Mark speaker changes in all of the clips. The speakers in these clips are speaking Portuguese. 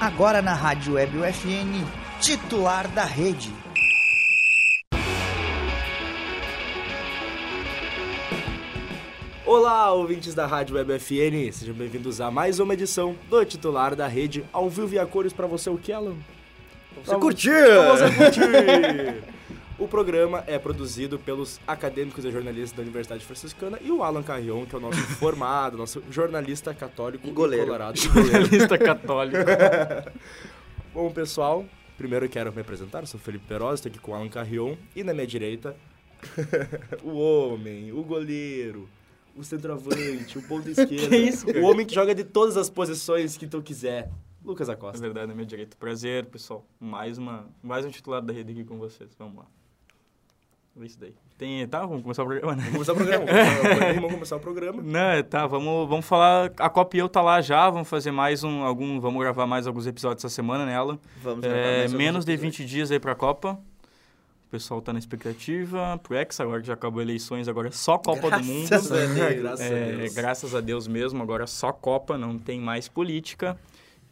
Speaker 1: agora na Rádio Web UFN, titular da rede.
Speaker 2: Olá, ouvintes da Rádio Web FN, sejam bem-vindos a mais uma edição do titular da rede ao vivo e a cores pra você o que, Alan? Pra
Speaker 3: Você curtiu?
Speaker 2: Pra você curtir! o programa é produzido pelos acadêmicos e jornalistas da Universidade Franciscana e o Alan Carrion, que é o nosso formado, nosso jornalista católico
Speaker 3: E goleiro.
Speaker 2: e colorado.
Speaker 4: Jornalista católico.
Speaker 2: Bom, pessoal, primeiro eu quero me apresentar, eu sou Felipe Peroz, estou aqui com o Alan Carrion e na minha direita o homem, o goleiro, o centroavante, o ponto esquerdo,
Speaker 4: É isso, cara?
Speaker 2: o homem que joga de todas as posições que tu quiser, Lucas
Speaker 4: Na
Speaker 2: Acosta.
Speaker 4: verdade, na minha direita. Prazer, pessoal. Mais, uma, mais um titular da rede aqui com vocês. Vamos lá. Vê isso daí. Tem, tá, vamos começar o programa, né?
Speaker 2: Vamos começar o programa, vamos começar- vamos começar o programa.
Speaker 4: Não, tá, vamos, vamos falar. A Copa e eu tá lá já, vamos fazer mais um. Algum, vamos gravar mais alguns episódios essa semana nela.
Speaker 3: Vamos gravar
Speaker 4: É,
Speaker 3: mais alguns
Speaker 4: menos de
Speaker 3: episódios.
Speaker 4: 20 dias aí pra Copa. O pessoal tá na expectativa. Pro Ex, agora que já acabou eleições, agora é só Copa do Mundo.
Speaker 3: Graças a
Speaker 2: É,
Speaker 3: Deus.
Speaker 2: graças a
Speaker 4: É,
Speaker 2: Deus.
Speaker 4: graças a Deus mesmo, agora só Copa, não tem mais política.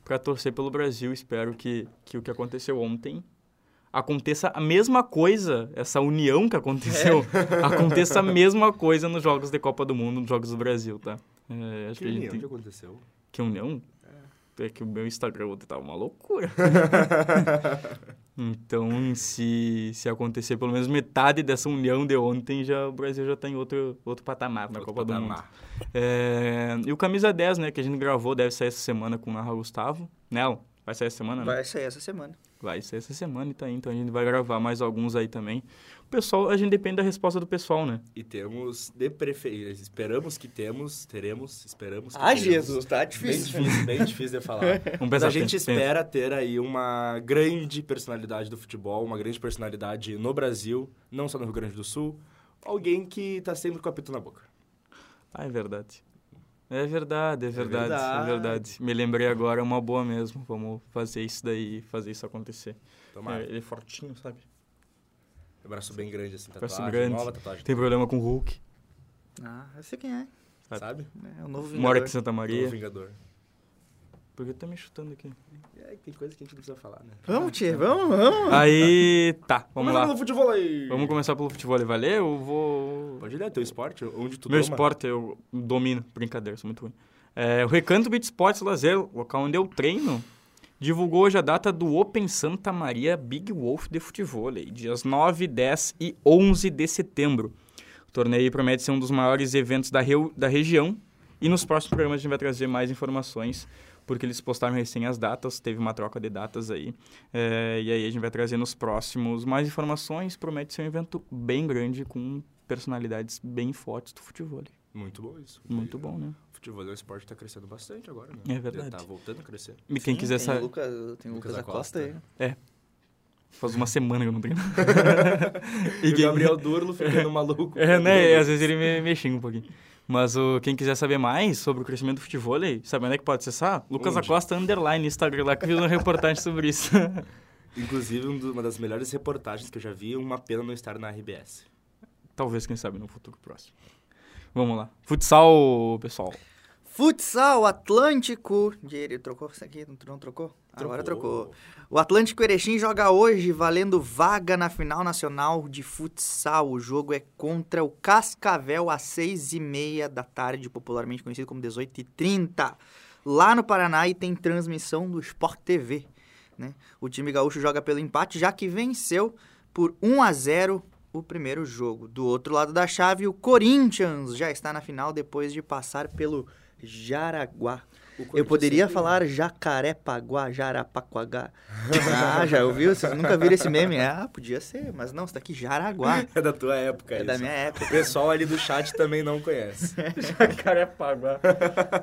Speaker 4: Pra torcer pelo Brasil, espero que, que o que aconteceu ontem aconteça a mesma coisa, essa união que aconteceu,
Speaker 2: É.
Speaker 4: aconteça a mesma coisa nos jogos de Copa do Mundo, nos jogos do Brasil, tá? É, acho
Speaker 2: Que
Speaker 4: que, a gente
Speaker 2: união
Speaker 4: tem-
Speaker 2: que aconteceu?
Speaker 4: que união? É que o meu Instagram ontem tava uma loucura. então, se, se acontecer pelo menos metade dessa união de ontem, já, o Brasil já tá em outro, outro patamar na
Speaker 2: Outro
Speaker 4: Copa do Mundo.
Speaker 2: patamar.
Speaker 4: É, e o Camisa 10, né, que a gente gravou, deve sair essa semana com o Narra Gustavo. Né, Alan? Vai sair essa semana, né?
Speaker 3: Vai sair essa semana.
Speaker 4: Vai sair essa semana e tá aí, então a gente vai gravar mais alguns aí também. O pessoal, a gente depende da resposta do pessoal, né?
Speaker 2: E temos, de preferência, esperamos que temos, teremos, esperamos que
Speaker 3: Ah,
Speaker 2: teremos.
Speaker 3: Jesus, tá
Speaker 2: Bem
Speaker 3: difícil.
Speaker 2: difícil, bem difícil de falar.
Speaker 4: Vamos
Speaker 2: É, Mas
Speaker 4: pensar,
Speaker 2: a gente
Speaker 4: pensa, pensa.
Speaker 2: espera ter aí uma grande personalidade do futebol, uma grande personalidade no Brasil, não só no Rio Grande do Sul. Alguém que tá sempre com a pito na boca.
Speaker 4: Ah, é verdade. É verdade, é verdade, é
Speaker 2: verdade.
Speaker 4: verdade. Me lembrei agora, é uma boa mesmo. Vamos fazer isso daí, fazer isso acontecer. É,
Speaker 2: Tomara.
Speaker 4: ele é fortinho, sabe?
Speaker 2: Um Braço bem grande, assim,
Speaker 4: Braço
Speaker 2: tatuagem,
Speaker 4: grande.
Speaker 2: nova tatuagem,
Speaker 4: Tem problema com o Hulk,
Speaker 3: Ah, eu sei quem é.
Speaker 2: sabe?
Speaker 3: É o novo
Speaker 4: mora
Speaker 3: Vingador.
Speaker 4: aqui em Santa
Speaker 2: Do
Speaker 4: Maria.
Speaker 2: Vingador.
Speaker 4: Por que tá me chutando aqui?
Speaker 2: É, tem coisa que a gente não precisa falar, né?
Speaker 3: Vamos, Tchê, vamos, vamos.
Speaker 4: Aí, tá,
Speaker 2: Vamos
Speaker 4: vamos lá.
Speaker 2: jogar no futebol aí!
Speaker 4: Vamos começar pelo futebol, valeu? Eu vou...
Speaker 2: Pode ir, né? Teu esporte, onde tu
Speaker 4: Meu
Speaker 2: toma.
Speaker 4: esporte eu domino, brincadeira, sou muito ruim. É, o Recanto Beach Sports Lazer, local onde eu treino, divulgou hoje a data do Open Santa Maria Big Wolf de Futevôlei, dias 9, 10 e 11 de setembro. O torneio promete ser um dos maiores eventos da, reu- da região e nos próximos programas a gente vai trazer mais informações, porque eles postaram recém as datas, teve uma troca de datas aí. É, e aí a gente vai trazer nos próximos mais informações, promete ser um evento bem grande com personalidades bem fortes do futebol.
Speaker 2: Muito bom isso.
Speaker 4: Muito bom, né?
Speaker 2: O futebol é um esporte que tá crescendo bastante agora, né?
Speaker 4: É verdade.
Speaker 2: Tá voltando a crescer.
Speaker 4: E quem
Speaker 3: Sim,
Speaker 4: quiser
Speaker 3: tem o
Speaker 4: saber,
Speaker 3: Lucas, tem o Lucas Acosta aí.
Speaker 4: faz uma semana que eu não treino.
Speaker 2: E o Gabriel Durlo ficando maluco.
Speaker 4: É, né? E às vezes ele me, me xinga um pouquinho. Mas o, quem quiser saber mais sobre o crescimento do futebol, sabe onde é que pode acessar? Lucas
Speaker 2: Onde?
Speaker 4: Acosta Underline, Instagram, lá que eu fiz uma reportagem sobre isso.
Speaker 2: Inclusive, um do- uma das melhores reportagens que eu já vi, uma pena não estar na RBS.
Speaker 4: Talvez, quem sabe, no futuro próximo. Vamos lá. Futsal, pessoal.
Speaker 3: Futsal Atlântico. Ele trocou isso aqui? Não, não trocou? Agora trocou. O Atlântico Erechim joga hoje, valendo vaga na final nacional de futsal. O jogo é contra o Cascavel às seis e meia da tarde, popularmente conhecido como 18h30. Lá no Paraná e tem transmissão do Sport TV. né? O time gaúcho joga pelo empate, já que venceu por 1 a 0 o primeiro jogo. Do outro lado da chave, o Corinthians já está na final depois de passar pelo Jaraguá. Eu poderia falar Jacarepaguá, Jarapaguá. Ah, já ouviu? Vocês nunca viram esse meme? Ah, podia ser, mas não, está aqui Jaraguá.
Speaker 2: É da tua época,
Speaker 3: É
Speaker 2: isso.
Speaker 3: da minha época.
Speaker 2: O pessoal ali do chat também não conhece.
Speaker 4: Cara, é pago.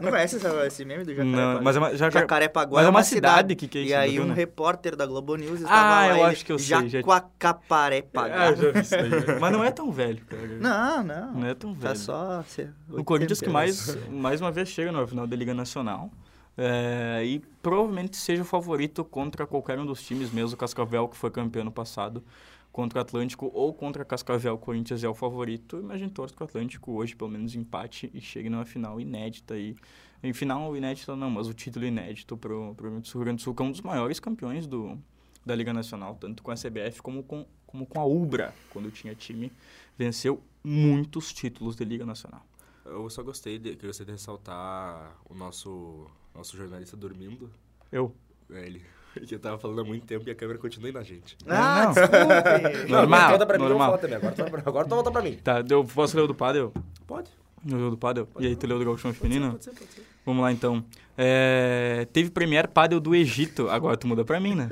Speaker 3: Não conhece essa- esse meme do Jacarepaguá?
Speaker 4: Não, mas é uma, já,
Speaker 3: Jacarepaguá
Speaker 4: mas
Speaker 3: é
Speaker 4: é
Speaker 3: uma
Speaker 4: uma
Speaker 3: cidade.
Speaker 4: cidade, que que é
Speaker 3: e
Speaker 4: isso,
Speaker 3: aí
Speaker 4: viu,
Speaker 3: um
Speaker 4: né?
Speaker 3: repórter da Globo News estava
Speaker 4: Ah,
Speaker 3: lá,
Speaker 4: eu
Speaker 3: ele,
Speaker 4: acho que eu sei, já-
Speaker 3: Jacuacaparepagá.
Speaker 4: Ah, eu já vi isso daí. Mas não é tão velho, cara.
Speaker 3: Não, não.
Speaker 4: Não é tão
Speaker 3: Tá
Speaker 4: velho.
Speaker 3: só.
Speaker 4: O Corinthians que mais, mais uma vez chega na final da Liga Nacional. é, e provavelmente seja o favorito contra qualquer um dos times, mesmo o Cascavel, que foi campeão no passado. contra o Atlântico ou contra Cascavel, o Corinthians é o favorito. Imagino torço que o Atlântico hoje, pelo menos, empate e chegue numa final inédita aí. Em final inédita não, mas o título inédito para o Rio Grande do Sul, que é um dos maiores campeões do, da Liga Nacional, tanto com a CBF como com, como com a Ubra, quando tinha time, venceu muitos títulos da Liga Nacional.
Speaker 2: Eu só gostei de, que você de ressaltar o nosso, nosso jornalista dormindo.
Speaker 4: Eu?
Speaker 2: É, Ele, que tava falando há muito tempo e a câmera continua indo na gente.
Speaker 3: Ah,
Speaker 4: é, não.
Speaker 3: desculpe.
Speaker 4: Normal,
Speaker 2: Não, volta pra
Speaker 4: normal.
Speaker 2: Mim, não, volta pra mim. Agora, tu vai pra- agora tu volta pra mim.
Speaker 4: Tá, eu posso ler o do Padel?
Speaker 2: Pode?
Speaker 4: No jogo do Padel? E aí, tu leu o do Gauchão Feminino?
Speaker 2: Pode ser, pode ser.
Speaker 4: Vamos lá, então. É, Teve Premier Padel do Egito. Agora tu muda pra mim, né?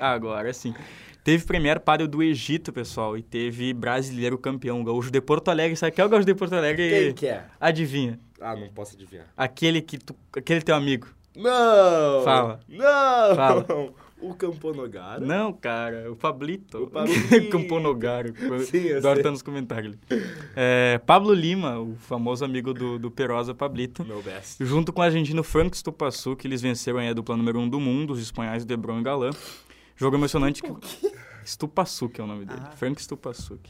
Speaker 4: Agora sim. Teve Premier Padel do Egito, pessoal. E teve brasileiro campeão, gaúcho de Porto Alegre. Sabe quem é o gaúcho de Porto Alegre?
Speaker 2: Quem que é?
Speaker 4: Adivinha.
Speaker 2: Ah, não posso adivinhar.
Speaker 4: Aquele que tu... Aquele teu amigo.
Speaker 2: Não!
Speaker 4: Fala.
Speaker 2: Não!
Speaker 4: Fala.
Speaker 2: O Camponogara.
Speaker 4: Não, cara, o Pablito.
Speaker 2: O Pablito.
Speaker 4: Camponogaro.
Speaker 2: Sim, eu
Speaker 4: Adoro
Speaker 2: sei.
Speaker 4: tá nos comentários. ali. É, Pablo Lima, o famoso amigo do, do Perosa Pablito.
Speaker 2: Meu best.
Speaker 4: Junto com o argentino Frank Stupaçu, que eles venceram aí a dupla número 1 um do mundo, os espanhóis Debron e Galã. Jogo emocionante que... Stupasuk é o nome dele.
Speaker 2: Ah.
Speaker 4: Frank Stupasuk.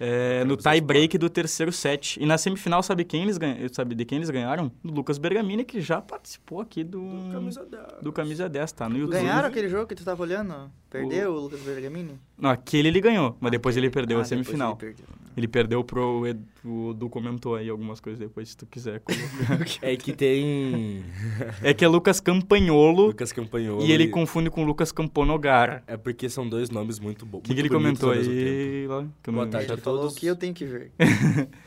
Speaker 4: É, no tie break do terceiro set. E na semifinal, sabe, quem eles ganha... sabe de quem eles ganharam? Do Lucas Bergamini, que já participou aqui do, um do, camisa...
Speaker 2: Camisa 10.
Speaker 4: 10, tá? No YouTube.
Speaker 3: Ganharam aquele jogo que tu tava olhando? Perdeu o Lucas Bergamini?
Speaker 4: Não, aquele ele ganhou, mas depois ele perdeu
Speaker 3: Ah,
Speaker 4: a semifinal. Ele,
Speaker 3: depois ele perdeu.
Speaker 4: perdeu pro Ed- o Edu comentou aí algumas coisas depois, se tu quiser. colocar.
Speaker 2: É que tem.
Speaker 4: é que é Lucas Campagnolo
Speaker 2: Lucas Campanholo.
Speaker 4: e ele confunde com Lucas Camponogara.
Speaker 2: É porque são dois nomes muito bons.
Speaker 4: O que, que ele comentou aí? Lá, que eu
Speaker 2: Boa
Speaker 4: não lembro.
Speaker 2: tarde.
Speaker 3: Ele
Speaker 2: Já
Speaker 3: falou
Speaker 2: todos-
Speaker 3: que eu tenho que ver.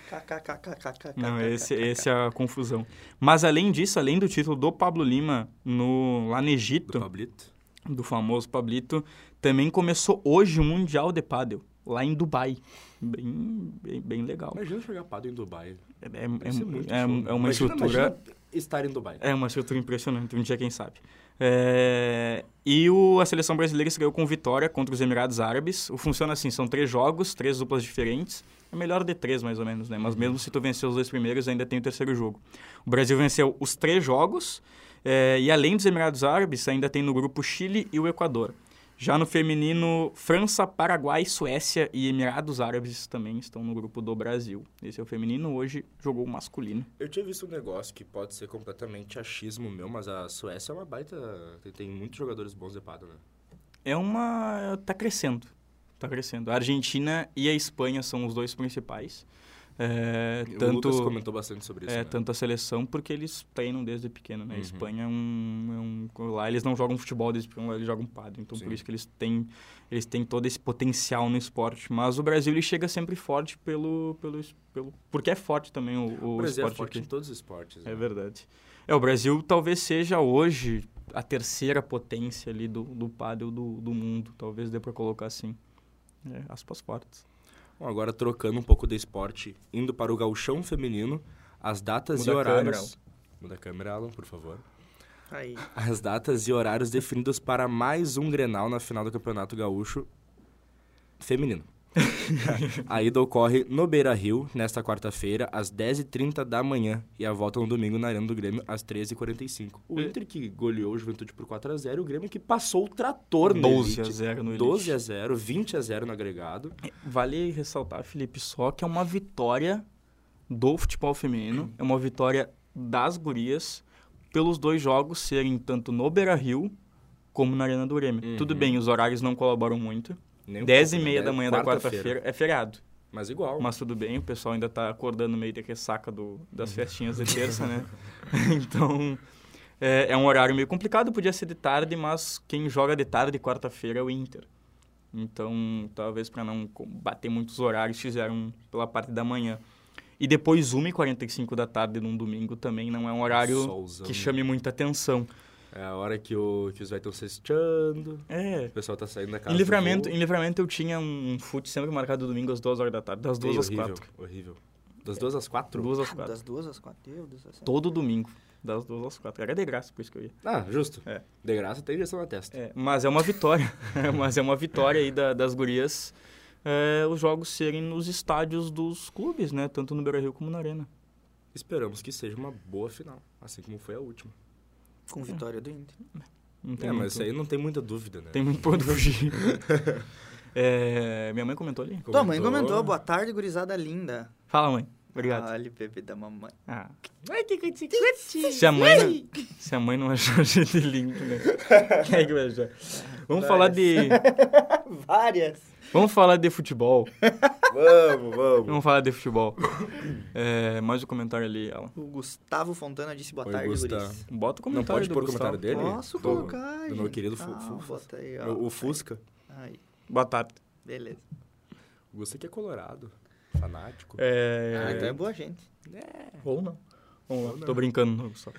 Speaker 3: KKKKKKK.
Speaker 4: Não, esse, esse é a confusão. Mas além disso, além do título do Pablo Lima no, lá no
Speaker 2: Do
Speaker 4: Egito,
Speaker 2: Pablito.
Speaker 4: do famoso Pablito, também começou hoje o Mundial de Padel, lá em Dubai. Bem, bem, bem legal.
Speaker 2: Imagina jogar padel em Dubai.
Speaker 4: É, é-
Speaker 2: Deve ser muito
Speaker 4: é- é
Speaker 2: show.
Speaker 4: uma
Speaker 2: Imagina-
Speaker 4: estrutura...
Speaker 2: imagina estar em Dubai.
Speaker 4: É uma estrutura impressionante, um dia quem sabe. É, E o- a seleção brasileira estreou com vitória contra os Emirados Árabes. O funciona assim, são três jogos, três duplas diferentes. É melhor de três, mais ou menos, né? Mas mesmo se tu vencer os dois primeiros, ainda tem o terceiro jogo. O Brasil venceu os três jogos. é, E além dos Emirados Árabes, ainda tem no grupo Chile e o Equador. Já no feminino, França, Paraguai, Suécia e Emirados Árabes também estão no grupo do Brasil. Esse é o feminino, hoje jogou o masculino.
Speaker 2: Eu tinha visto um negócio que pode ser completamente achismo meu, mas a Suécia é uma baita. Tem, tem muitos jogadores bons de padel, né?
Speaker 4: É uma. tá crescendo. Tá crescendo. A Argentina e a Espanha são os dois principais. É,
Speaker 2: O Lucas
Speaker 4: tanto,
Speaker 2: comentou bastante sobre isso.
Speaker 4: é,
Speaker 2: né?
Speaker 4: tanto a seleção, porque eles treinam desde pequeno, né? A
Speaker 2: Uhum.
Speaker 4: Espanha é um, é um- Lá eles não jogam futebol desde pequeno, lá eles jogam padre. Então por
Speaker 2: Sim.
Speaker 4: isso que eles têm, eles têm todo esse potencial no esporte. Mas o Brasil ele chega sempre forte pelo. pelo, es- pelo porque é forte também o, o
Speaker 2: O Brasil é
Speaker 4: esporte
Speaker 2: forte
Speaker 4: aqui.
Speaker 2: em todos os esportes.
Speaker 4: É
Speaker 2: né?
Speaker 4: verdade. É, o Brasil talvez seja hoje a terceira potência ali do, do pádel do, do mundo. Talvez dê pra colocar assim. É, aspas fortes.
Speaker 2: Bom, agora trocando um pouco de esporte, indo para o gauchão feminino, as datas
Speaker 4: Muda
Speaker 2: e
Speaker 4: a
Speaker 2: horários... Muda a câmera, Alan, por favor.
Speaker 3: Aí.
Speaker 2: As datas e horários definidos para mais um Grenal na final do Campeonato Gaúcho Feminino. a ida ocorre no Beira-Rio, nesta quarta-feira, às 10h30 da manhã, e a volta no domingo na Arena do Grêmio, às 13h45. O Inter que goleou o Juventude por 4x0, o Grêmio que passou o trator no
Speaker 4: 12 a
Speaker 2: Elite.
Speaker 4: 0 no Elite. É,
Speaker 2: 12 a 0 20 a 0 no agregado.
Speaker 4: Vale ressaltar, Felipe, só que é uma vitória do futebol feminino. É uma vitória das gurias pelos dois jogos serem tanto no Beira-Rio como na Arena do Grêmio.
Speaker 2: Uhum.
Speaker 4: Tudo bem, os horários não colaboram muito.
Speaker 2: Nem um
Speaker 4: 10 e
Speaker 2: pouco,
Speaker 4: meia
Speaker 2: né?
Speaker 4: da manhã da
Speaker 2: Quarta-feira.
Speaker 4: quarta-feira é feriado.
Speaker 2: Mas igual.
Speaker 4: Mas tudo bem, o pessoal ainda tá acordando meio de ressaca do,
Speaker 2: Uhum.
Speaker 4: das festinhas de terça, né? então, é, é um horário meio complicado, podia ser de tarde, mas quem joga de tarde, quarta-feira, é o Inter. Então, talvez para não co- bater muitos horários, fizeram pela parte da manhã. E depois, 1h45 da tarde, num domingo, também não é um horário
Speaker 2: Solzão. né?
Speaker 4: que chame muita atenção.
Speaker 2: É a hora que, o, que os velhos estão cesteando,
Speaker 4: É,
Speaker 2: o pessoal tá saindo da casa.
Speaker 4: em
Speaker 2: do
Speaker 4: livramento,
Speaker 2: voo.
Speaker 4: em livramento eu tinha um fute sempre marcado domingo às duas horas da tarde, das duas
Speaker 2: Ei,
Speaker 4: às
Speaker 2: horrível,
Speaker 4: quatro.
Speaker 2: Horrível. Das duas às quatro?
Speaker 4: Duas às
Speaker 3: Ah,
Speaker 4: quatro.
Speaker 3: Das duas às quatro. Meu Deus do céu.
Speaker 4: Todo domingo, das duas às quatro. Era de graça, por isso que eu ia.
Speaker 2: Ah, justo.
Speaker 4: É.
Speaker 2: De graça tem injeção na testa.
Speaker 4: É, mas é uma vitória. mas é uma vitória aí da- das gurias é, os jogos serem nos estádios dos clubes, né? Tanto no Beira-Rio como na Arena.
Speaker 2: Esperamos que seja uma boa final, assim como foi a última.
Speaker 3: Com vitória do Inter.
Speaker 4: Não tem
Speaker 2: É,
Speaker 4: muito-
Speaker 2: mas isso aí não tem muita dúvida, né?
Speaker 4: Tem muito pra onde fugir. É, minha mãe comentou ali.
Speaker 3: Tua mãe comentou, boa tarde, gurizada linda.
Speaker 4: Fala, mãe. Obrigado.
Speaker 3: Olha o bebê da mamãe.
Speaker 4: Ah. Se a mãe não, se a mãe não achar a gente lindo, né? Quem é que vai achar? Vamos falar de
Speaker 3: Várias.
Speaker 4: vamos falar de futebol.
Speaker 2: Vamos, vamos.
Speaker 4: Vamos falar de futebol. É, mais um comentário ali, Alan.
Speaker 3: O Gustavo Fontana disse boa
Speaker 2: Oi,
Speaker 3: tarde,
Speaker 2: Gustavo.
Speaker 3: guris.
Speaker 4: Bota o
Speaker 2: Não
Speaker 4: comentário
Speaker 2: pode
Speaker 4: do
Speaker 2: pôr o
Speaker 4: Gustavo.
Speaker 2: comentário dele?
Speaker 3: Posso
Speaker 2: Do-
Speaker 3: colocar,
Speaker 2: do meu
Speaker 3: gente.
Speaker 2: querido Fu-
Speaker 3: Tá,
Speaker 2: Fu-
Speaker 3: bota aí, ó.
Speaker 2: O, o Fusca.
Speaker 3: Aí,
Speaker 4: Boa tarde.
Speaker 3: beleza.
Speaker 2: O Gustavo que é colorado. Fanático.
Speaker 3: Ah, então
Speaker 4: É,
Speaker 3: é boa gente.
Speaker 4: Ou não. Vamos lá. Tô brincando, Gustavo.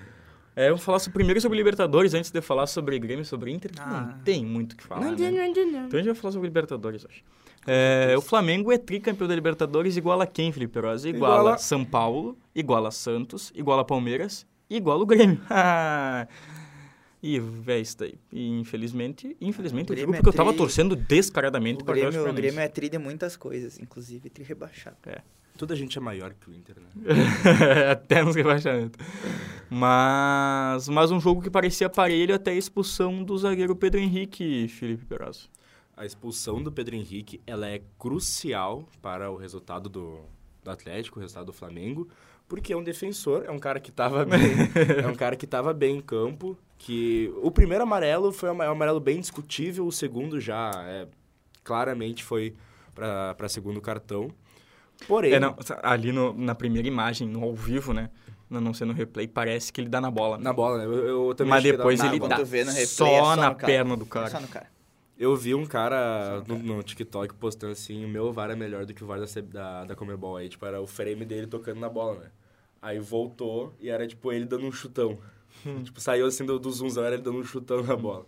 Speaker 4: É, eu vou falar sobre- primeiro sobre Libertadores, antes de eu falar sobre Grêmio e sobre Inter, que
Speaker 3: Ah.
Speaker 4: não tem muito o que falar, né? Então a gente vai falar sobre Libertadores hoje. É, o Flamengo é tricampeão da Libertadores, igual a quem, Felipe Rosa? Igual,
Speaker 2: Igual
Speaker 4: a
Speaker 2: a-
Speaker 4: São Paulo, igual a Santos, igual a Palmeiras, igual o Grêmio. Ah, e véi, isso daí. E, infelizmente, infelizmente
Speaker 3: O
Speaker 4: eu digo
Speaker 3: Grêmio é
Speaker 4: porque eu tava
Speaker 3: tri-
Speaker 4: torcendo descaradamente
Speaker 3: O
Speaker 4: pra
Speaker 3: Grêmio, o
Speaker 4: Atlético
Speaker 3: Grêmio é tri de muitas coisas, inclusive tri rebaixado.
Speaker 2: Toda gente é maior que o Inter, né?
Speaker 4: Paranaense. até nos rebaixamentos. Mas, mas um jogo que parecia parelho até a expulsão do zagueiro Pedro Henrique, Felipe Perazzo.
Speaker 2: A expulsão do Pedro Henrique, ela é crucial para o resultado do, do Atlético, o resultado do Flamengo, porque é um defensor, é um cara que estava bem, é um cara que tava bem em campo, que o primeiro amarelo foi um amarelo bem discutível, o segundo já é, claramente foi para segundo cartão. Porém,
Speaker 4: É, não, ali no- na primeira imagem, no ao vivo, né? Não não sendo replay, parece que ele dá na bola. né?
Speaker 2: na bola, né? eu, eu também
Speaker 4: Mas
Speaker 2: achei que
Speaker 4: depois
Speaker 2: dava
Speaker 4: ele
Speaker 2: na
Speaker 4: dá
Speaker 2: bola.
Speaker 3: Quando vê no replay,
Speaker 4: só,
Speaker 3: é só
Speaker 4: na
Speaker 3: no cara.
Speaker 4: perna do
Speaker 3: Só
Speaker 4: cara.
Speaker 3: no cara.
Speaker 2: Eu vi um cara no, no TikTok postando assim, o meu VAR é melhor do que o VAR da, C- da, da Comebol. Aí, tipo, era o frame dele tocando na bola, né? Aí voltou e era, tipo, ele dando um chutão. tipo, saiu assim do, do zoomzão, era ele dando um chutão na bola.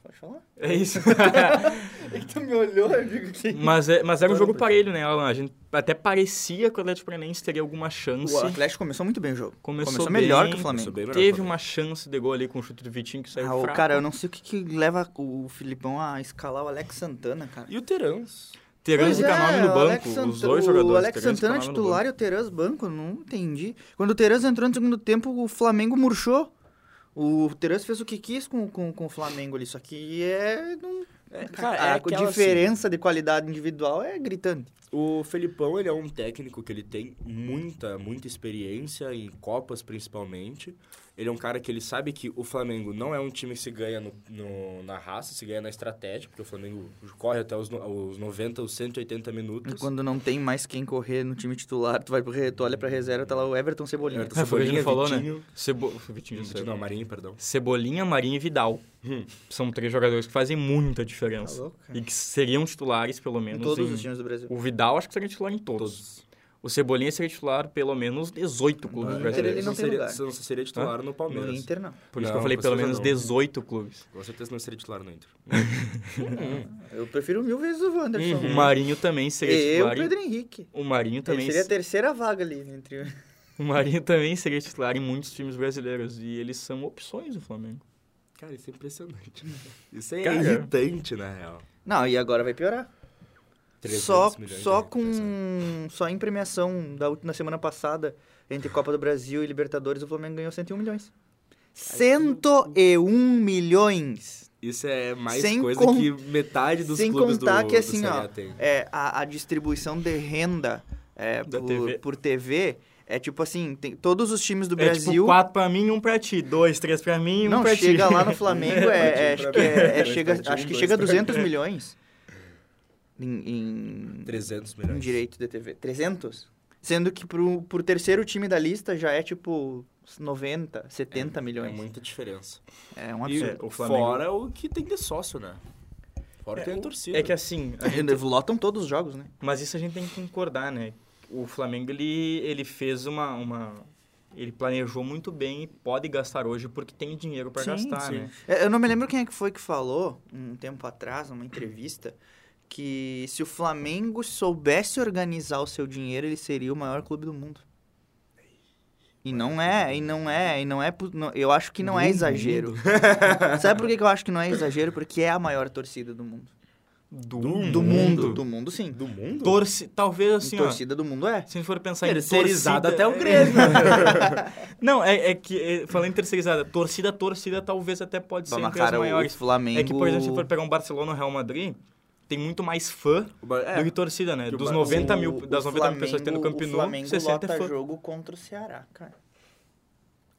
Speaker 3: Pode falar?
Speaker 4: É isso.
Speaker 3: Ele tu me olhou, eu digo que...
Speaker 4: mas, é- mas era um
Speaker 2: Todo
Speaker 4: jogo
Speaker 2: por-
Speaker 4: parelho, né, Alan? A gente até parecia que o Atlético Paranaense teria alguma chance.
Speaker 3: O Atlético começou muito bem o jogo.
Speaker 4: Começou bem,
Speaker 3: melhor que o
Speaker 2: começou
Speaker 3: Flamengo.
Speaker 2: bem melhor que o
Speaker 4: Teve
Speaker 2: Flamengo.
Speaker 4: uma chance de gol ali com o chute do Vitinho que saiu
Speaker 3: Ah, o
Speaker 4: fraco.
Speaker 3: cara, eu não sei o que, que leva o Filipão a escalar o Alex Santana, cara.
Speaker 2: E o Terãs?
Speaker 3: Pois
Speaker 4: Terãs e Canome
Speaker 3: é,
Speaker 4: no
Speaker 3: o
Speaker 4: banco,
Speaker 3: Alex Sant-
Speaker 4: os dois
Speaker 3: o
Speaker 4: jogadores.
Speaker 3: Alex
Speaker 4: Terãs e
Speaker 3: Santana é
Speaker 4: Canome no
Speaker 3: titular
Speaker 4: banco.
Speaker 3: e o Terãs banco, não entendi. Quando o Terãs entrou no segundo tempo, o Flamengo murchou. O Terãs fez o que quis com, com, com o Flamengo ali, só que é... Não...
Speaker 2: cara, é
Speaker 3: a
Speaker 2: aquela
Speaker 3: diferença de qualidade individual é gritante.
Speaker 2: O Felipão, ele é um técnico que ele tem muita, muita experiência em Copas, principalmente. Ele é um cara que ele sabe que o Flamengo não é um time que se ganha no, no- na raça, se ganha na estratégia, porque o Flamengo corre até os, no- os 90, os
Speaker 3: E
Speaker 2: 180
Speaker 4: É
Speaker 2: minutos.
Speaker 3: quando não tem mais quem correr no time titular, tu vai pro re- tu olha pra reserva, tá lá o Everton Cebolinha.
Speaker 2: Everton
Speaker 4: É, foi o que a gente
Speaker 2: Cebolinha,
Speaker 4: falou,
Speaker 2: Vitinho,
Speaker 4: né? Cebo... Vitinho,
Speaker 2: Vitinho,
Speaker 4: Cebolinha.
Speaker 2: não, Marinho, perdão.
Speaker 4: Cebolinha, Marinho e Vidal. São três jogadores que fazem muita diferença.
Speaker 3: Hum. Tá louco, cara.
Speaker 4: e que seriam titulares, pelo
Speaker 3: Em
Speaker 4: menos.
Speaker 3: todos
Speaker 4: em-
Speaker 3: os times do Brasil.
Speaker 4: O Vidal acho que seria titular em todos.
Speaker 2: Todos.
Speaker 4: O Cebolinha seria titular pelo menos 18 clubes
Speaker 3: Inter
Speaker 4: brasileiros.
Speaker 3: ele não tem
Speaker 2: seria,
Speaker 3: lugar.
Speaker 2: não seria titular no
Speaker 3: No
Speaker 2: Palmeiras.
Speaker 3: Inter, não.
Speaker 4: Por isso que
Speaker 2: Não,
Speaker 4: eu falei
Speaker 2: com
Speaker 4: pelo
Speaker 2: certeza
Speaker 4: menos
Speaker 2: não.
Speaker 4: 18 clubes.
Speaker 2: Com certeza não seria titular no Inter.
Speaker 3: Eu prefiro mil vezes o Wanderson.
Speaker 4: O Marinho também seria
Speaker 3: E o
Speaker 4: titular. em-
Speaker 3: Pedro Henrique.
Speaker 4: O Marinho também
Speaker 3: hum. Ele seria a terceira vaga ali entre
Speaker 4: o Marinho também seria titular em muitos times brasileiros e eles são opções do Flamengo.
Speaker 2: Cara, isso é impressionante. Isso aí é
Speaker 4: Cara.
Speaker 2: irritante, na real.
Speaker 3: Não, e agora vai piorar.
Speaker 2: 300
Speaker 3: Só,
Speaker 2: milhões de
Speaker 3: só
Speaker 2: reais, parece, né?
Speaker 3: com. Só em premiação da última semana passada, entre Copa do Brasil e Libertadores, o Flamengo ganhou 101 milhões. 101 milhões!
Speaker 2: Isso é mais
Speaker 3: Sem
Speaker 2: coisa
Speaker 3: con-
Speaker 2: que metade dos
Speaker 3: Sem
Speaker 2: clubes
Speaker 3: contar
Speaker 2: do,
Speaker 3: que
Speaker 2: do
Speaker 3: assim,
Speaker 2: Série A
Speaker 3: ó,
Speaker 2: tem.
Speaker 3: é, a, a distribuição de renda é,
Speaker 4: Da
Speaker 3: por,
Speaker 4: TV.
Speaker 3: por TV é tipo assim, tem todos os times do
Speaker 4: É tipo
Speaker 3: Brasil.
Speaker 4: 4 pra mim, 1 um pra ti. 2, 3 pra mim, 1 um
Speaker 3: não,
Speaker 4: pra ti.
Speaker 3: chega lá no Flamengo, é, é, acho que, é- é
Speaker 2: Dois
Speaker 3: chega,
Speaker 2: pra ti,
Speaker 3: acho que
Speaker 2: dois
Speaker 3: chega a
Speaker 2: pra
Speaker 3: 200 milhões em, em-
Speaker 2: 300
Speaker 3: Um
Speaker 2: milhões.
Speaker 3: direito de TV. 300? Sendo que pro, pro terceiro time da lista já é tipo 90, 70
Speaker 2: É
Speaker 3: milhões.
Speaker 2: muita diferença.
Speaker 3: É um
Speaker 2: E
Speaker 3: absurdo.
Speaker 4: o Flamengo-
Speaker 2: fora o que tem de sócio, né? Fora tem a torcida.
Speaker 4: É que assim, a gente-
Speaker 3: Eles lotam todos os jogos, né?
Speaker 4: Mas isso a gente tem que concordar, né? O Flamengo, ele, ele fez uma, uma... Ele planejou muito bem e pode gastar hoje porque tem dinheiro pra
Speaker 3: Sim,
Speaker 4: gastar,
Speaker 3: sim.
Speaker 4: né?
Speaker 3: É, Eu não me lembro quem é que foi que falou, um tempo atrás, numa entrevista, que se o Flamengo soubesse organizar o seu dinheiro, ele seria o maior clube do mundo. E não é, e não é, e não é... pu- não- eu acho que não é exagero. Sabe por que que eu acho que não é exagero? Porque é a maior torcida do mundo.
Speaker 4: Do,
Speaker 3: Do mundo. Do mundo, sim.
Speaker 2: Do mundo?
Speaker 4: Torci, talvez assim, ó.
Speaker 3: torcida do mundo é.
Speaker 4: Se a gente for pensar em
Speaker 2: Terceirizado
Speaker 4: torcida...
Speaker 2: até o
Speaker 4: é-
Speaker 2: Grêmio.
Speaker 4: Não, é, é que, é, falando em terceirizada, torcida, torcida talvez até pode ser
Speaker 3: Dona
Speaker 4: entre as
Speaker 3: cara, o
Speaker 4: maiores.
Speaker 3: Flamengo...
Speaker 4: É que, por exemplo, se for pegar um Barcelona ou Real Madrid, tem muito mais fã
Speaker 2: É.
Speaker 4: do que torcida, né?
Speaker 2: Que o
Speaker 4: Dos
Speaker 2: Bar-
Speaker 4: 90 mil,
Speaker 3: o-
Speaker 4: das
Speaker 3: o
Speaker 4: 90 mil pessoas que tem no
Speaker 3: Flamengo-
Speaker 4: Camp
Speaker 3: O
Speaker 4: Nou,
Speaker 3: Flamengo
Speaker 4: 60 é
Speaker 3: lota
Speaker 4: fã.
Speaker 3: jogo contra o Ceará, cara.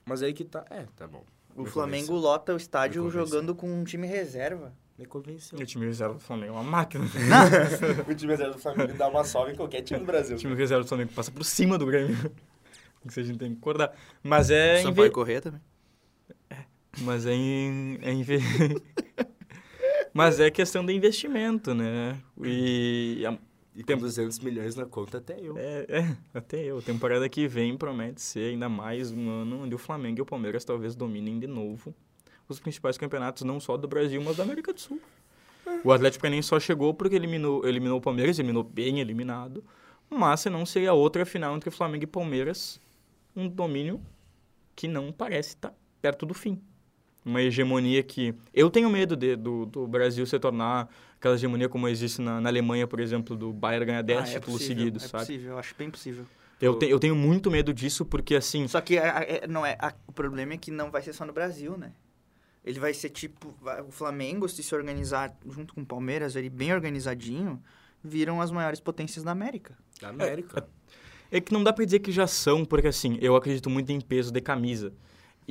Speaker 2: Mas aí que tá. É, tá bom.
Speaker 3: O
Speaker 2: Me
Speaker 3: Flamengo lota o estádio
Speaker 2: Me convenceu.
Speaker 3: jogando com um time reserva.
Speaker 2: convenceu. Me convenceu.
Speaker 4: E o time reserva do Flamengo é uma máquina.
Speaker 2: o time reserva do Flamengo dá uma salva em qualquer time do Brasil.
Speaker 4: o time reserva do Flamengo passa por cima do Grêmio. Isso a gente tem que concordar. Mas é... em
Speaker 3: Sampaio
Speaker 4: ve-
Speaker 3: correr também.
Speaker 4: Mas é em. é em ve- Mas é questão de investimento, né? E. a-
Speaker 2: E com
Speaker 4: Tem-
Speaker 2: 200 milhões na conta até eu.
Speaker 4: É, é, até eu. Temporada que vem promete ser ainda mais um ano onde o Flamengo e o Palmeiras talvez dominem de novo os principais campeonatos, não só do Brasil, mas da América do Sul. O Atlético nem só chegou porque eliminou, eliminou o Palmeiras, eliminou bem eliminado. Mas senão seria outra final entre Flamengo e Palmeiras, um domínio que não parece estar perto do fim. Uma hegemonia que. Eu tenho medo de, do, do Brasil se tornar aquela hegemonia como existe na, na Alemanha, por exemplo, do Bayern ganhar 10
Speaker 3: Ah,
Speaker 4: títulos
Speaker 3: possível,
Speaker 4: seguidos,
Speaker 3: é
Speaker 4: sabe?
Speaker 3: possível, eu acho bem possível.
Speaker 4: Eu,
Speaker 3: Tipo
Speaker 4: te- eu tenho muito medo disso, porque assim.
Speaker 3: Só que a- a- é- não é, a- o problema é que não vai ser só no Brasil, né? Ele vai ser tipo. vai- O Flamengo, se se organizar junto com o Palmeiras, ele bem organizadinho, viram as maiores potências da América.
Speaker 2: Da América.
Speaker 4: É que não dá pra dizer que já são, porque assim, eu acredito muito em peso de camisa.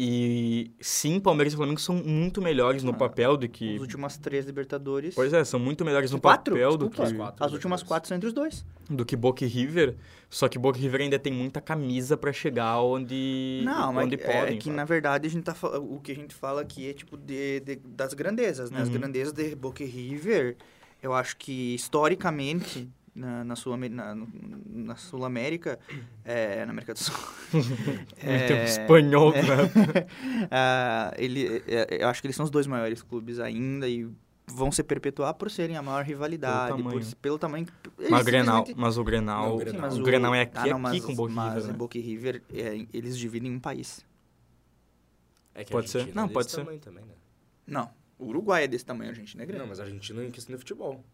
Speaker 4: E sim, Palmeiras e Flamengo são muito melhores no
Speaker 3: Ah,
Speaker 4: papel do que.
Speaker 3: As últimas três Libertadores.
Speaker 4: Pois é, são muito melhores no
Speaker 3: Quatro?
Speaker 4: papel do
Speaker 3: Desculpa.
Speaker 4: que,
Speaker 2: As quatro,
Speaker 3: As últimas
Speaker 2: Libertadores.
Speaker 3: quatro são entre os dois.
Speaker 4: do que Boca e River. Só que Boca e River ainda tem muita camisa pra chegar onde.
Speaker 3: Não, mas
Speaker 4: onde
Speaker 3: é,
Speaker 4: podem.
Speaker 3: é que
Speaker 4: sabe?
Speaker 3: na verdade a gente tá fal- o que a gente fala aqui é tipo de, de- das grandezas, né? As
Speaker 4: Uhum.
Speaker 3: grandezas de Boca e River, eu acho que historicamente na, na Sul na, na Sul América, é, na América do Sul,
Speaker 4: Ele tem um
Speaker 3: é,
Speaker 4: espanhol,
Speaker 3: é.
Speaker 4: né?
Speaker 3: ah, ele, é, eu acho que eles são os dois maiores clubes ainda e vão se perpetuar por serem a maior rivalidade, por-
Speaker 4: tamanho.
Speaker 3: pelo tamanho. que-
Speaker 4: Mas,
Speaker 3: eles
Speaker 4: o Grenal,
Speaker 3: simplesmente-
Speaker 4: mas o Grenal.
Speaker 2: Não, o
Speaker 3: Sim,
Speaker 2: Grenal.
Speaker 3: mas
Speaker 4: o Grenal é aqui,
Speaker 3: Ah, não, mas
Speaker 4: aqui
Speaker 3: os-
Speaker 4: com o Boca e
Speaker 3: Mas
Speaker 4: River. né?
Speaker 3: Boca e River, é, eles dividem um país.
Speaker 2: É que a
Speaker 4: Pode ser?
Speaker 2: Argentina é
Speaker 4: Não,
Speaker 2: desse
Speaker 4: pode ser.
Speaker 2: tamanho Também, né?
Speaker 3: Não, o Uruguai é desse tamanho, a Argentina é grande.
Speaker 2: Não, mas a Argentina em questão de futebol.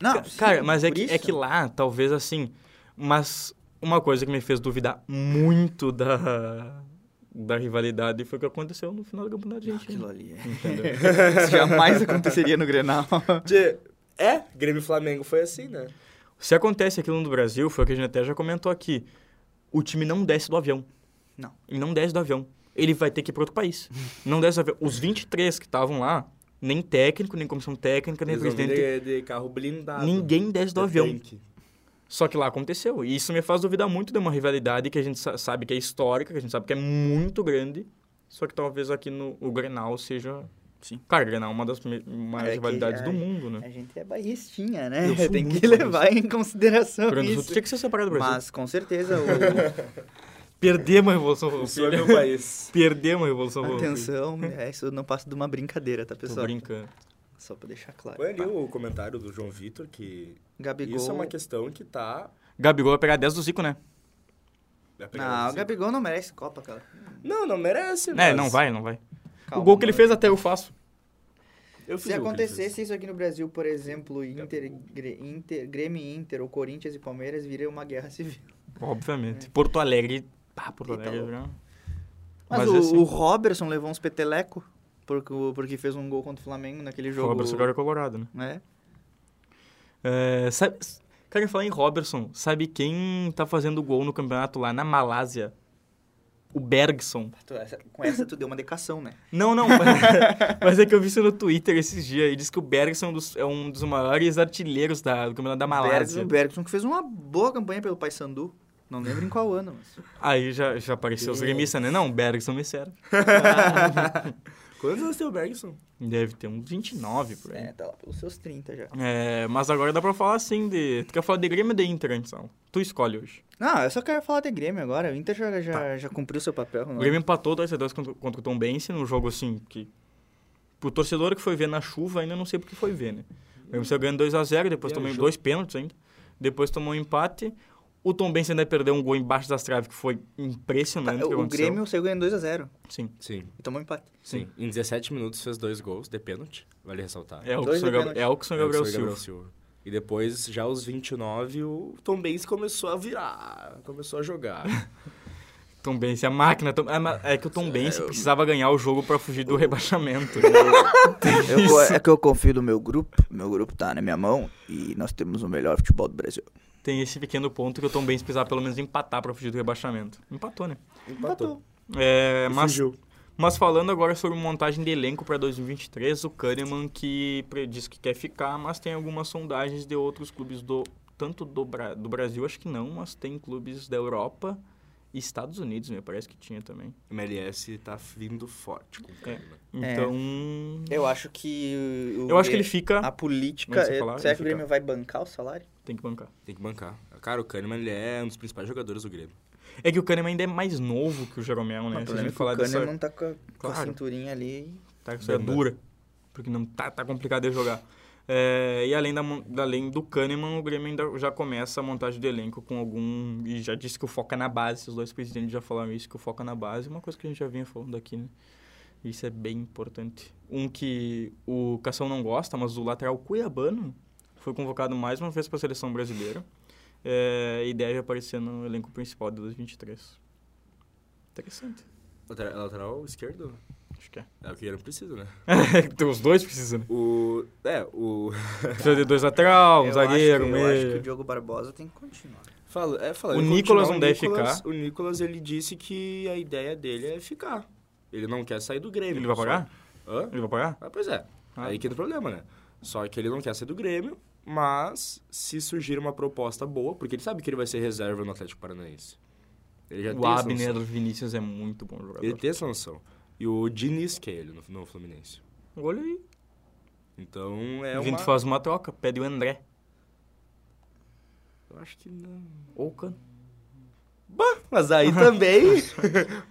Speaker 3: Não,
Speaker 4: Ca-
Speaker 3: sim,
Speaker 4: cara, mas é
Speaker 3: por
Speaker 4: que, é
Speaker 3: isso.
Speaker 4: que lá, talvez assim. Mas uma coisa que me fez duvidar muito da, da rivalidade foi o que aconteceu no final do campeonato
Speaker 3: Ah,
Speaker 4: argentino.
Speaker 3: Aquilo ali. é-
Speaker 4: Entendeu?
Speaker 3: Isso jamais aconteceria no Grenal.
Speaker 2: Tchê, É, Grêmio e Flamengo foi assim, né?
Speaker 4: Se acontece aquilo no Brasil, foi o que a gente até já comentou aqui. O time não desce do avião.
Speaker 3: Não.
Speaker 4: Ele não desce do avião. Ele vai ter que ir para outro país. não desce do avião. Os 23 que estavam lá, nem técnico, nem comissão técnica, nem
Speaker 2: Eles vão vir
Speaker 4: presidente.
Speaker 2: de, de carro blindado.
Speaker 4: Ninguém desce do
Speaker 2: É
Speaker 4: avião.
Speaker 2: tanque.
Speaker 4: Só que lá aconteceu. E isso me faz duvidar muito de uma rivalidade que a gente sa- sabe que é histórica, que a gente sabe que é muito grande. Só que talvez aqui no o Grenal seja.
Speaker 3: Sim.
Speaker 4: Cara, o Grenal é uma das me- maiores
Speaker 3: É que-
Speaker 4: rivalidades
Speaker 3: é-
Speaker 4: do mundo, né?
Speaker 3: A gente é bairristinha, né?
Speaker 4: Eu sou
Speaker 3: Tem que
Speaker 4: muito
Speaker 3: levar em consideração
Speaker 4: O Rio Grande do Sul
Speaker 3: isso.
Speaker 4: tinha que ser separado do Brasil.
Speaker 3: Mas, com certeza, o...
Speaker 4: Perder uma revolução
Speaker 2: O
Speaker 4: roupilha.
Speaker 2: Sul é meu país.
Speaker 4: Perder uma revolução roupilha.
Speaker 3: atenção, é, isso não passa de uma brincadeira, tá,
Speaker 4: Tô
Speaker 3: pessoal?
Speaker 4: brincando.
Speaker 3: Só pra deixar claro.
Speaker 2: Põe ali
Speaker 3: Tá.
Speaker 2: o comentário do João Vitor que
Speaker 3: Gabigol...
Speaker 2: isso é uma questão que tá...
Speaker 4: Gabigol vai pegar 10 do Zico, né?
Speaker 2: vai pegar
Speaker 3: Não, o
Speaker 2: esse-
Speaker 3: Gabigol não merece Copa, cara.
Speaker 2: assim. Não, Né, não merece,
Speaker 4: É,
Speaker 2: mas-
Speaker 4: não vai, não vai.
Speaker 3: Calma, né?
Speaker 4: o gol que ele
Speaker 3: mano.
Speaker 4: fez até eu faço.
Speaker 2: Eu fiz
Speaker 3: Se
Speaker 2: o que ele
Speaker 3: acontecesse isso aqui no Brasil, por exemplo, Inter, Gre- Inter, Grêmio e Inter, ou Corinthians e Palmeiras, viria uma guerra civil. É.
Speaker 4: Obviamente. Porto Alegre. Ah, Porto
Speaker 3: Eita,
Speaker 4: Alegre.
Speaker 3: louco.
Speaker 4: né?
Speaker 3: Mas,
Speaker 4: Mas
Speaker 3: o,
Speaker 4: assim-
Speaker 3: o Robertson levou uns peteleco porque, o- porque fez um gol contra o Flamengo naquele jogo.
Speaker 4: Robertson agora é colorado, né?
Speaker 3: né?
Speaker 4: É, sabe, cara, falar em Robertson, sabe quem tá fazendo gol no campeonato lá na Malásia? O Bergson.
Speaker 3: Ah, Tu- essa- com essa tu deu uma decação, né?
Speaker 4: Não, não, mas, mas é que eu vi isso no Twitter esses dias e diz que o Bergson é um dos- é um dos maiores artilheiros da, do campeonato da Malásia.
Speaker 3: Ah, O Bergson que fez uma boa campanha pelo Paysandu. Não lembro em qual ano, mas...
Speaker 4: Aí já, já apareceu os gremistas, né? Não, Bergson me serve.
Speaker 2: fez. Quantos anos tem o Bergson?
Speaker 4: Deve ter uns 29 por aí.
Speaker 3: É, tá lá pelos seus 30 já.
Speaker 4: É, mas agora dá pra falar assim de. Tu quer falar de Grêmio ou de Inter antes, não? Tu escolhe hoje.
Speaker 3: Ah, eu só quero falar de Grêmio agora. O Inter já, já, já cumpriu seu papel. né?
Speaker 4: O
Speaker 3: Não?
Speaker 4: Tá. Grêmio é um empatou 2x2 contra, contra o Tom Bense num jogo assim que. Pro torcedor que foi ver na chuva, ainda não sei porque foi ver, né? O Grêmio saiu ganhando 2x0, depois
Speaker 2: E
Speaker 4: tomou
Speaker 2: aí,
Speaker 4: dois pênaltis ainda. Depois tomou um empate. O Tom Benz ainda perdeu um gol embaixo das traves, que foi impressionante. que
Speaker 3: Tá, o o
Speaker 4: aconteceu.
Speaker 3: Grêmio saiu ganhando 2x0
Speaker 4: Sim.
Speaker 2: Sim,
Speaker 3: e tomou um empate.
Speaker 2: sim. Em 17 minutos fez dois gols de pênalti, vale ressaltar.
Speaker 4: É o
Speaker 3: Dois
Speaker 4: Elkson
Speaker 3: de
Speaker 4: Gabriel,
Speaker 3: pênalti.
Speaker 4: Elkson
Speaker 2: É,
Speaker 4: Gabriel
Speaker 2: foi o
Speaker 4: Silva.
Speaker 2: E depois, já aos 29, o Tom Benz começou a virar, começou a jogar.
Speaker 4: Tom Benz, a máquina. Tom- é, mas É que o Tom Benz precisava ganhar o jogo pra fugir do rebaixamento. né?
Speaker 5: Eu- é que eu confio no meu grupo, meu grupo tá na minha mão e nós temos o melhor futebol do Brasil.
Speaker 4: Tem esse pequeno ponto que o Tom Benz precisava pelo menos empatar pra fugir do rebaixamento. Empatou, né?
Speaker 2: Empatou.
Speaker 4: É,
Speaker 2: E
Speaker 4: mas,
Speaker 2: fugiu.
Speaker 4: mas falando agora sobre montagem de elenco pra 2023, o Kahneman que prediz que quer ficar, mas tem algumas sondagens de outros clubes do tanto do, Bra- do Brasil, acho que não, mas tem clubes da Europa e Estados Unidos, me parece que tinha também.
Speaker 2: MLS tá vindo forte
Speaker 4: É.
Speaker 2: com o Kahneman.
Speaker 3: É.
Speaker 4: Então,
Speaker 3: Eu acho que. o-
Speaker 4: eu acho
Speaker 3: é,
Speaker 4: que ele fica,
Speaker 3: A política.
Speaker 4: Antes de
Speaker 3: é-
Speaker 4: falar,
Speaker 3: será
Speaker 4: ele
Speaker 3: que o Grêmio vai bancar o salário?
Speaker 4: tem que bancar.
Speaker 2: Tem que bancar. Cara, o Kahneman ele é um dos principais jogadores do Grêmio.
Speaker 4: É que o Kahneman ainda é mais novo que o Jeromel, né?
Speaker 3: Mas o
Speaker 4: Se a
Speaker 3: problema é
Speaker 4: gente
Speaker 3: que o
Speaker 4: falar
Speaker 3: Kahneman
Speaker 4: dessa
Speaker 3: não tá com a, com a
Speaker 4: Claro.
Speaker 3: cinturinha ali.
Speaker 4: tá, isso é
Speaker 2: Banda.
Speaker 4: dura. Porque não tá, tá complicado de jogar. É, e além, da, mon- da- além do Kahneman, o Grêmio ainda já começa a montagem do elenco com algum. E já disse que o foca na base, os dois presidentes já falaram isso, que o foca na base, uma coisa que a gente já vinha falando aqui, né? Isso é bem importante. Um que o Cação não gosta, mas o lateral cuiabano foi convocado mais uma vez para a seleção brasileira é, e deve aparecer no elenco principal de 2023. Interessante.
Speaker 2: Lateral, lateral esquerdo?
Speaker 4: Acho que é.
Speaker 2: É o que ele precisa, né?
Speaker 4: Então, os dois precisam, né?
Speaker 2: O. É, o.
Speaker 4: Precisa de dois lateral, um
Speaker 3: eu
Speaker 4: zagueiro, um
Speaker 3: acho que, eu acho que o
Speaker 4: meia.
Speaker 3: Diogo Barbosa tem que continuar.
Speaker 2: Fala, é, fala,
Speaker 4: O
Speaker 2: ele
Speaker 4: Nicolas
Speaker 2: continua,
Speaker 4: não
Speaker 2: o
Speaker 4: deve
Speaker 2: Nicolas-
Speaker 4: ficar.
Speaker 2: O Nicolas, ele disse que a ideia dele é ficar. Ele não quer sair do Grêmio.
Speaker 4: Ele vai
Speaker 2: só-
Speaker 4: pagar?
Speaker 2: Hã?
Speaker 4: Ele vai pagar?
Speaker 2: Ah, pois é.
Speaker 4: Ah.
Speaker 2: Aí que entra o problema, né? Só que ele não quer sair do Grêmio, mas se surgir uma proposta boa, porque ele sabe que ele vai ser reserva no Atlético Paranaense. Ele já
Speaker 4: O
Speaker 2: tem essa
Speaker 4: Abner
Speaker 2: noção.
Speaker 4: Vinícius é muito bom jogador.
Speaker 2: Ele tem essa noção. E o Diniz quer ele no, no Fluminense.
Speaker 4: Olha Um aí.
Speaker 2: Então é
Speaker 4: o Vinto
Speaker 2: uma...
Speaker 4: faz uma troca, pede o André.
Speaker 2: Eu acho que não.
Speaker 4: Ou o Cano.
Speaker 2: Bah, mas aí também...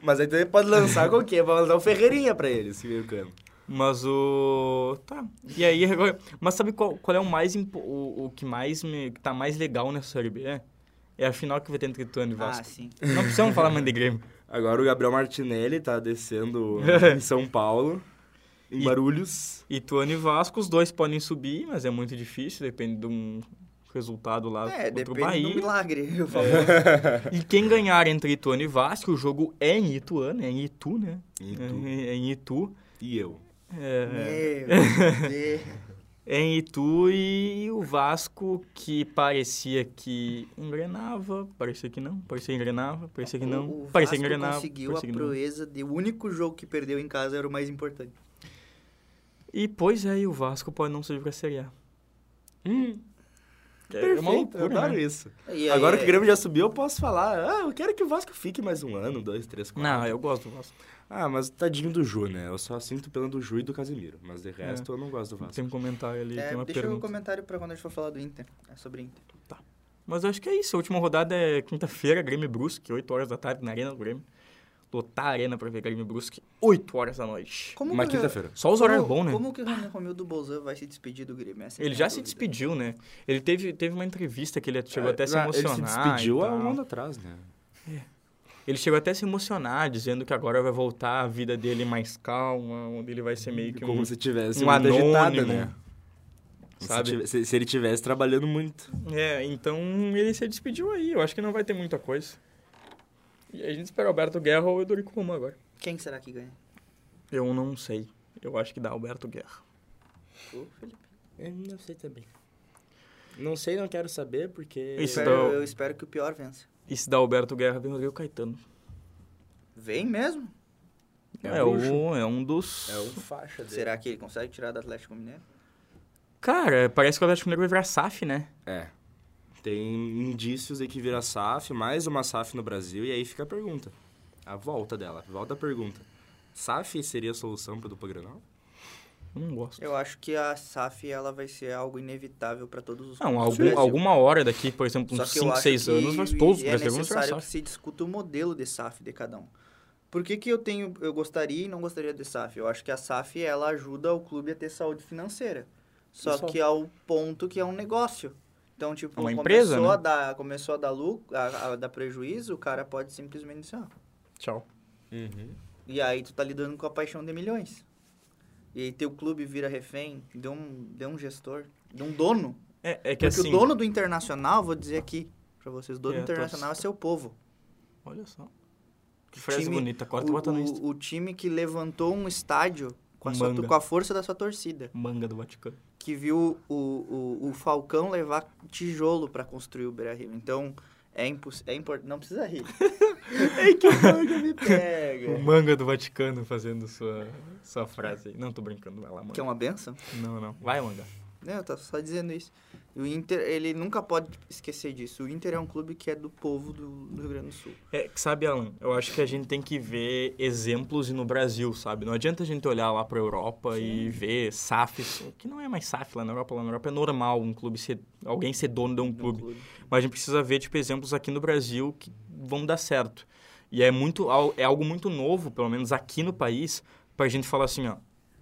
Speaker 2: mas aí também pode lançar qualquer. Vai lançar o Ferreirinha pra ele, se meio campo.
Speaker 4: Mas o. Tá. E aí agora. Mas sabe qual, qual é o mais. impo- O, o que mais me. que tá mais legal nessa série B? É? É a final que tá vai ter entre Tuano e
Speaker 3: Ah,
Speaker 4: Vasco.
Speaker 3: sim.
Speaker 4: Não precisamos falar mais de Grêmio.
Speaker 2: Agora o Gabriel Martinelli tá descendo em São Paulo, em
Speaker 4: E-
Speaker 2: Barulhos.
Speaker 4: E Tuano e Vasco, os dois podem subir, mas é muito difícil, depende de um resultado lá
Speaker 3: É,
Speaker 4: contra o
Speaker 3: depende do
Speaker 4: Bahia. É.
Speaker 3: milagre. Eu falo.
Speaker 4: E quem ganhar entre Ituano e Vasco, o jogo é em Ituano, é em Itu, né?
Speaker 2: E
Speaker 4: É,
Speaker 2: tu?
Speaker 4: em- é em Itu.
Speaker 2: E eu?
Speaker 4: É,
Speaker 3: Meu Deus.
Speaker 4: é em Itu e o Vasco que parecia que engrenava, parecia que não, parecia que engrenava, parecia que não,
Speaker 3: O, o
Speaker 4: parecia que
Speaker 3: Vasco
Speaker 4: engrenava.
Speaker 3: conseguiu a
Speaker 4: parecia que não.
Speaker 3: proeza de o único jogo que perdeu em casa era o mais importante.
Speaker 4: E pois é, e o Vasco pode não subir pra Série A. Hum. É uma
Speaker 2: eu
Speaker 4: loucura,
Speaker 2: adoro
Speaker 4: né?
Speaker 2: isso.
Speaker 3: E aí,
Speaker 2: Agora que
Speaker 3: é-
Speaker 2: o Grêmio já subiu, eu posso falar. Ah, eu quero que o Vasco fique mais um ano, dois, três, quatro.
Speaker 4: Não, eu gosto do Vasco.
Speaker 2: Ah, mas tadinho do Ju, né? Eu só sinto pena do Ju e do Casemiro. Mas
Speaker 4: É.
Speaker 2: de resto, eu não gosto do Vasco.
Speaker 4: Tem um comentário ali,
Speaker 3: é,
Speaker 4: tem uma
Speaker 3: deixa um
Speaker 4: pergunta.
Speaker 3: comentário pra quando a gente for falar do Inter. É sobre Inter.
Speaker 4: Mas eu acho que é isso. A última rodada é quinta-feira, Grêmio e Brusque, 8 horas da tarde na Arena do Grêmio. Lotar a Arena pra ver Grêmio e Brusque, 8 horas da noite.
Speaker 3: Como
Speaker 2: Uma
Speaker 3: que o-
Speaker 2: quinta-feira.
Speaker 4: Só os horários
Speaker 3: como-
Speaker 4: bons, né?
Speaker 3: Como que o Romeu- Romildo Bolzan vai se despedir do Grêmio? Essa é a
Speaker 4: Ele
Speaker 3: minha
Speaker 4: já se
Speaker 3: dúvida.
Speaker 4: despediu, né? Ele teve, teve uma entrevista que É, ele chegou até a se é
Speaker 2: Ah,
Speaker 4: emocionar.
Speaker 2: Ele se despediu
Speaker 4: e
Speaker 2: há
Speaker 4: tal.
Speaker 2: um ano atrás, né?
Speaker 4: Ele chegou até a se emocionar, dizendo que agora vai voltar a vida dele mais calma, onde ele vai ser meio que um...
Speaker 2: Como se tivesse
Speaker 4: um
Speaker 2: uma vida agitada,
Speaker 4: anônimo,
Speaker 2: né? Se
Speaker 4: sabe?
Speaker 2: tive- Se, se ele tivesse trabalhando muito.
Speaker 4: É, então ele se despediu aí. Eu acho que não vai ter muita coisa. E a gente espera Alberto Guerra ou Eurico Roman agora.
Speaker 3: Quem será que ganha?
Speaker 4: Eu não sei. Eu acho que dá Alberto Guerra.
Speaker 3: O Felipe.
Speaker 2: Eu É, não sei também. Não sei, não quero saber, porque...
Speaker 4: Isso
Speaker 3: Espero-
Speaker 4: dá o-
Speaker 3: Eu espero que o pior vença.
Speaker 4: E se dá Alberto Guerra, vem Rodrigo Caetano.
Speaker 3: Vem mesmo?
Speaker 2: É
Speaker 4: É,
Speaker 2: bruxo.
Speaker 4: o, é um dos...
Speaker 2: É um faixa dele.
Speaker 3: Será que ele consegue tirar do Atlético Mineiro?
Speaker 4: Cara, parece que o Atlético Mineiro vai virar SAF, né?
Speaker 2: É. Tem indícios de que vira SAF, mais uma SAF no Brasil, e aí fica a pergunta. A volta dela, volta a pergunta. SAF seria a solução para o dupla Granal?
Speaker 4: Eu não gosto.
Speaker 3: Eu acho que a SAF ela vai ser algo inevitável pra todos os
Speaker 4: Não,
Speaker 3: clubes do
Speaker 4: algum-
Speaker 3: Brasil.
Speaker 4: alguma hora daqui, por exemplo,
Speaker 3: Só
Speaker 4: uns
Speaker 3: que eu
Speaker 4: 5,
Speaker 3: acho
Speaker 4: 6
Speaker 3: que
Speaker 4: anos, mas todos os
Speaker 3: é
Speaker 4: brasileiros vão virar
Speaker 3: necessário que
Speaker 4: SAF.
Speaker 3: se discuta o modelo de SAF de cada um. Por que, que eu tenho, eu gostaria e não gostaria de SAF? Eu acho que a SAF ela ajuda o clube a ter saúde financeira. Só
Speaker 2: Isso.
Speaker 3: que ao ponto que é um negócio. Então, tipo,
Speaker 4: Uma
Speaker 3: começou,
Speaker 4: empresa,
Speaker 3: a
Speaker 4: né?
Speaker 3: dar, começou a dar lucro, a, a dar prejuízo, o cara pode simplesmente dizer, ó.
Speaker 4: Tchau.
Speaker 2: Uhum.
Speaker 3: E aí tu tá lidando com a paixão de milhões. E aí teu clube vira refém de um, de um gestor, de um dono.
Speaker 4: É, é
Speaker 3: Porque
Speaker 4: que assim...
Speaker 3: o dono do Internacional, vou dizer aqui pra vocês, o dono
Speaker 4: É,
Speaker 3: do Internacional é seu povo.
Speaker 4: Olha só. Que frase
Speaker 3: Time-
Speaker 4: bonita. Corta
Speaker 3: o,
Speaker 4: o bota no Insta.
Speaker 3: o, o time que levantou um estádio com a, sua-
Speaker 4: Manga.
Speaker 3: com a força da sua torcida.
Speaker 4: Manga do Vaticano.
Speaker 3: Que viu o, o, o Falcão levar tijolo pra construir o Beira-Rio. Então, é, imposs... é importante... Não precisa rir. é que o manga me
Speaker 4: O
Speaker 3: pega.
Speaker 4: manga do Vaticano fazendo sua, sua frase aí. Não, tô brincando. Vai lá, manga.
Speaker 3: Que é uma benção.
Speaker 4: Não, não. Vai, manga.
Speaker 3: Não, eu tava só dizendo isso. E O Inter, ele nunca pode esquecer disso. O Inter é um clube que é do povo do, do Rio Grande do Sul.
Speaker 4: É, que sabe, Alan, eu acho que a gente tem que ver exemplos e no Brasil, sabe? Não adianta a gente olhar lá pra Europa e ver SAFs, que não é mais SAF lá na Europa, lá na Europa é normal um clube ser, alguém ser dono de um
Speaker 3: No
Speaker 4: clube. Mas a gente precisa ver, tipo, exemplos aqui no Brasil que vão dar certo. E é muito, al- é algo muito novo, pelo menos aqui no país, pra gente falar assim, ó,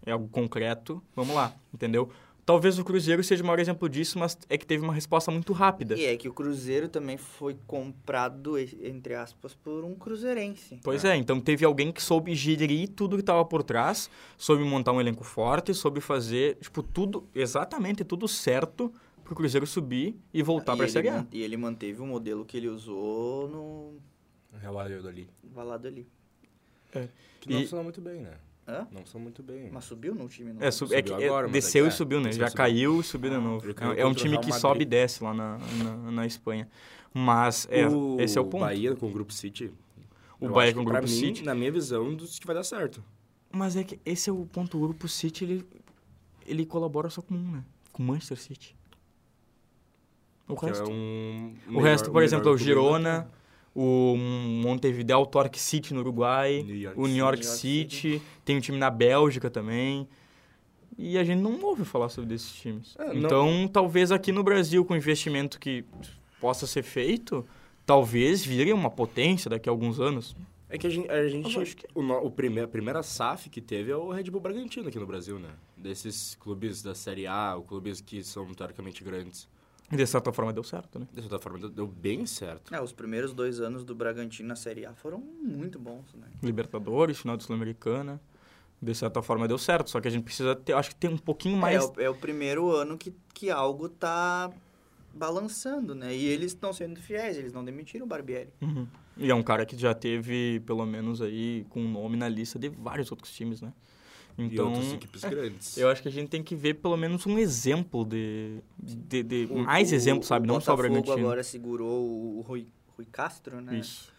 Speaker 4: é algo concreto, vamos lá, entendeu? Talvez o Cruzeiro seja o maior exemplo disso, mas é que teve uma resposta muito rápida.
Speaker 3: E é que o Cruzeiro também foi comprado, e- entre aspas, por um cruzeirense.
Speaker 4: Pois é, então teve alguém que soube gerir tudo que estava por trás, soube montar um elenco forte, soube fazer, tipo, tudo, exatamente tudo certo pro Cruzeiro subir e voltar
Speaker 3: e,
Speaker 4: pra
Speaker 3: ele,
Speaker 4: Série A.
Speaker 3: man- e ele manteve o modelo que ele usou no
Speaker 2: É Relato ali.
Speaker 3: Valado ali.
Speaker 2: Que não
Speaker 4: E-
Speaker 2: são muito bem, né?
Speaker 3: Hã?
Speaker 2: Não são muito bem.
Speaker 3: Mas subiu no time, não?
Speaker 4: É, sub, é que,
Speaker 2: Subiu agora,
Speaker 4: é,
Speaker 2: mas
Speaker 4: desceu
Speaker 2: é
Speaker 4: e
Speaker 2: que-
Speaker 4: subiu, né?
Speaker 2: desceu
Speaker 4: Já
Speaker 2: e subiu.
Speaker 4: caiu e subiu de
Speaker 2: ele
Speaker 4: novo.
Speaker 2: caiu
Speaker 4: É, é um
Speaker 2: contra o
Speaker 4: time
Speaker 2: Real
Speaker 4: que
Speaker 2: Madrid.
Speaker 4: sobe e desce lá na, na, na Espanha. Mas é, esse é o ponto.
Speaker 2: Bahia com o Grupo City.
Speaker 4: O
Speaker 2: eu
Speaker 4: Bahia
Speaker 2: acho
Speaker 4: com o
Speaker 2: que, pra
Speaker 4: Grupo
Speaker 2: mim,
Speaker 4: City.
Speaker 2: Na minha visão, um dos que vai dar certo.
Speaker 4: Mas é que esse é o ponto. O Grupo City, ele, ele colabora só com um, né? Com o Manchester City. O
Speaker 2: que
Speaker 4: resto...
Speaker 2: é um
Speaker 4: O
Speaker 2: melhor-
Speaker 4: resto, por
Speaker 2: melhor né?
Speaker 4: exemplo, é o
Speaker 2: clube
Speaker 4: Girona, o Montevideo, o Torque City no Uruguai,
Speaker 2: New York
Speaker 4: o New
Speaker 2: City.
Speaker 3: New
Speaker 4: York
Speaker 3: York
Speaker 4: City, tem um time na Bélgica também. E a gente não ouve falar sobre esses times.
Speaker 2: É, não-
Speaker 4: então, talvez aqui no Brasil, com o investimento que possa ser feito, talvez vire uma potência daqui a alguns anos.
Speaker 2: É que a gente. A
Speaker 4: Eu
Speaker 2: gente
Speaker 4: acho que-
Speaker 2: o, no- o prime- a primeira SAF que teve é o Red Bull Bragantino aqui no Brasil, né? Desses clubes da Série A, ou clubes que são teoricamente grandes.
Speaker 4: E de certa forma deu certo, né?
Speaker 2: De certa forma, deu- deu bem certo.
Speaker 3: É, os primeiros dois anos do Bragantino na Série A foram muito bons, né?
Speaker 4: Libertadores, final de Sul-Americana. De certa forma deu certo, só que a gente precisa ter, acho que ter um pouquinho mais.
Speaker 3: É, o, é o primeiro ano que, que algo tá balançando, né? E eles estão sendo fiéis, eles não demitiram o Barbieri.
Speaker 4: Uhum. E é um cara que já teve, pelo menos aí, com um nome na lista de vários outros times, né?
Speaker 2: E
Speaker 4: Então,
Speaker 2: outras equipes grandes.
Speaker 4: eu acho que a gente tem que ver pelo menos um exemplo de... de, de-
Speaker 3: O-
Speaker 4: mais
Speaker 3: o-
Speaker 4: exemplo,
Speaker 3: o
Speaker 4: sabe? Não só o
Speaker 3: Botafogo
Speaker 4: Bragantino.
Speaker 3: agora segurou o Rui, Rui Castro, né?
Speaker 4: Isso.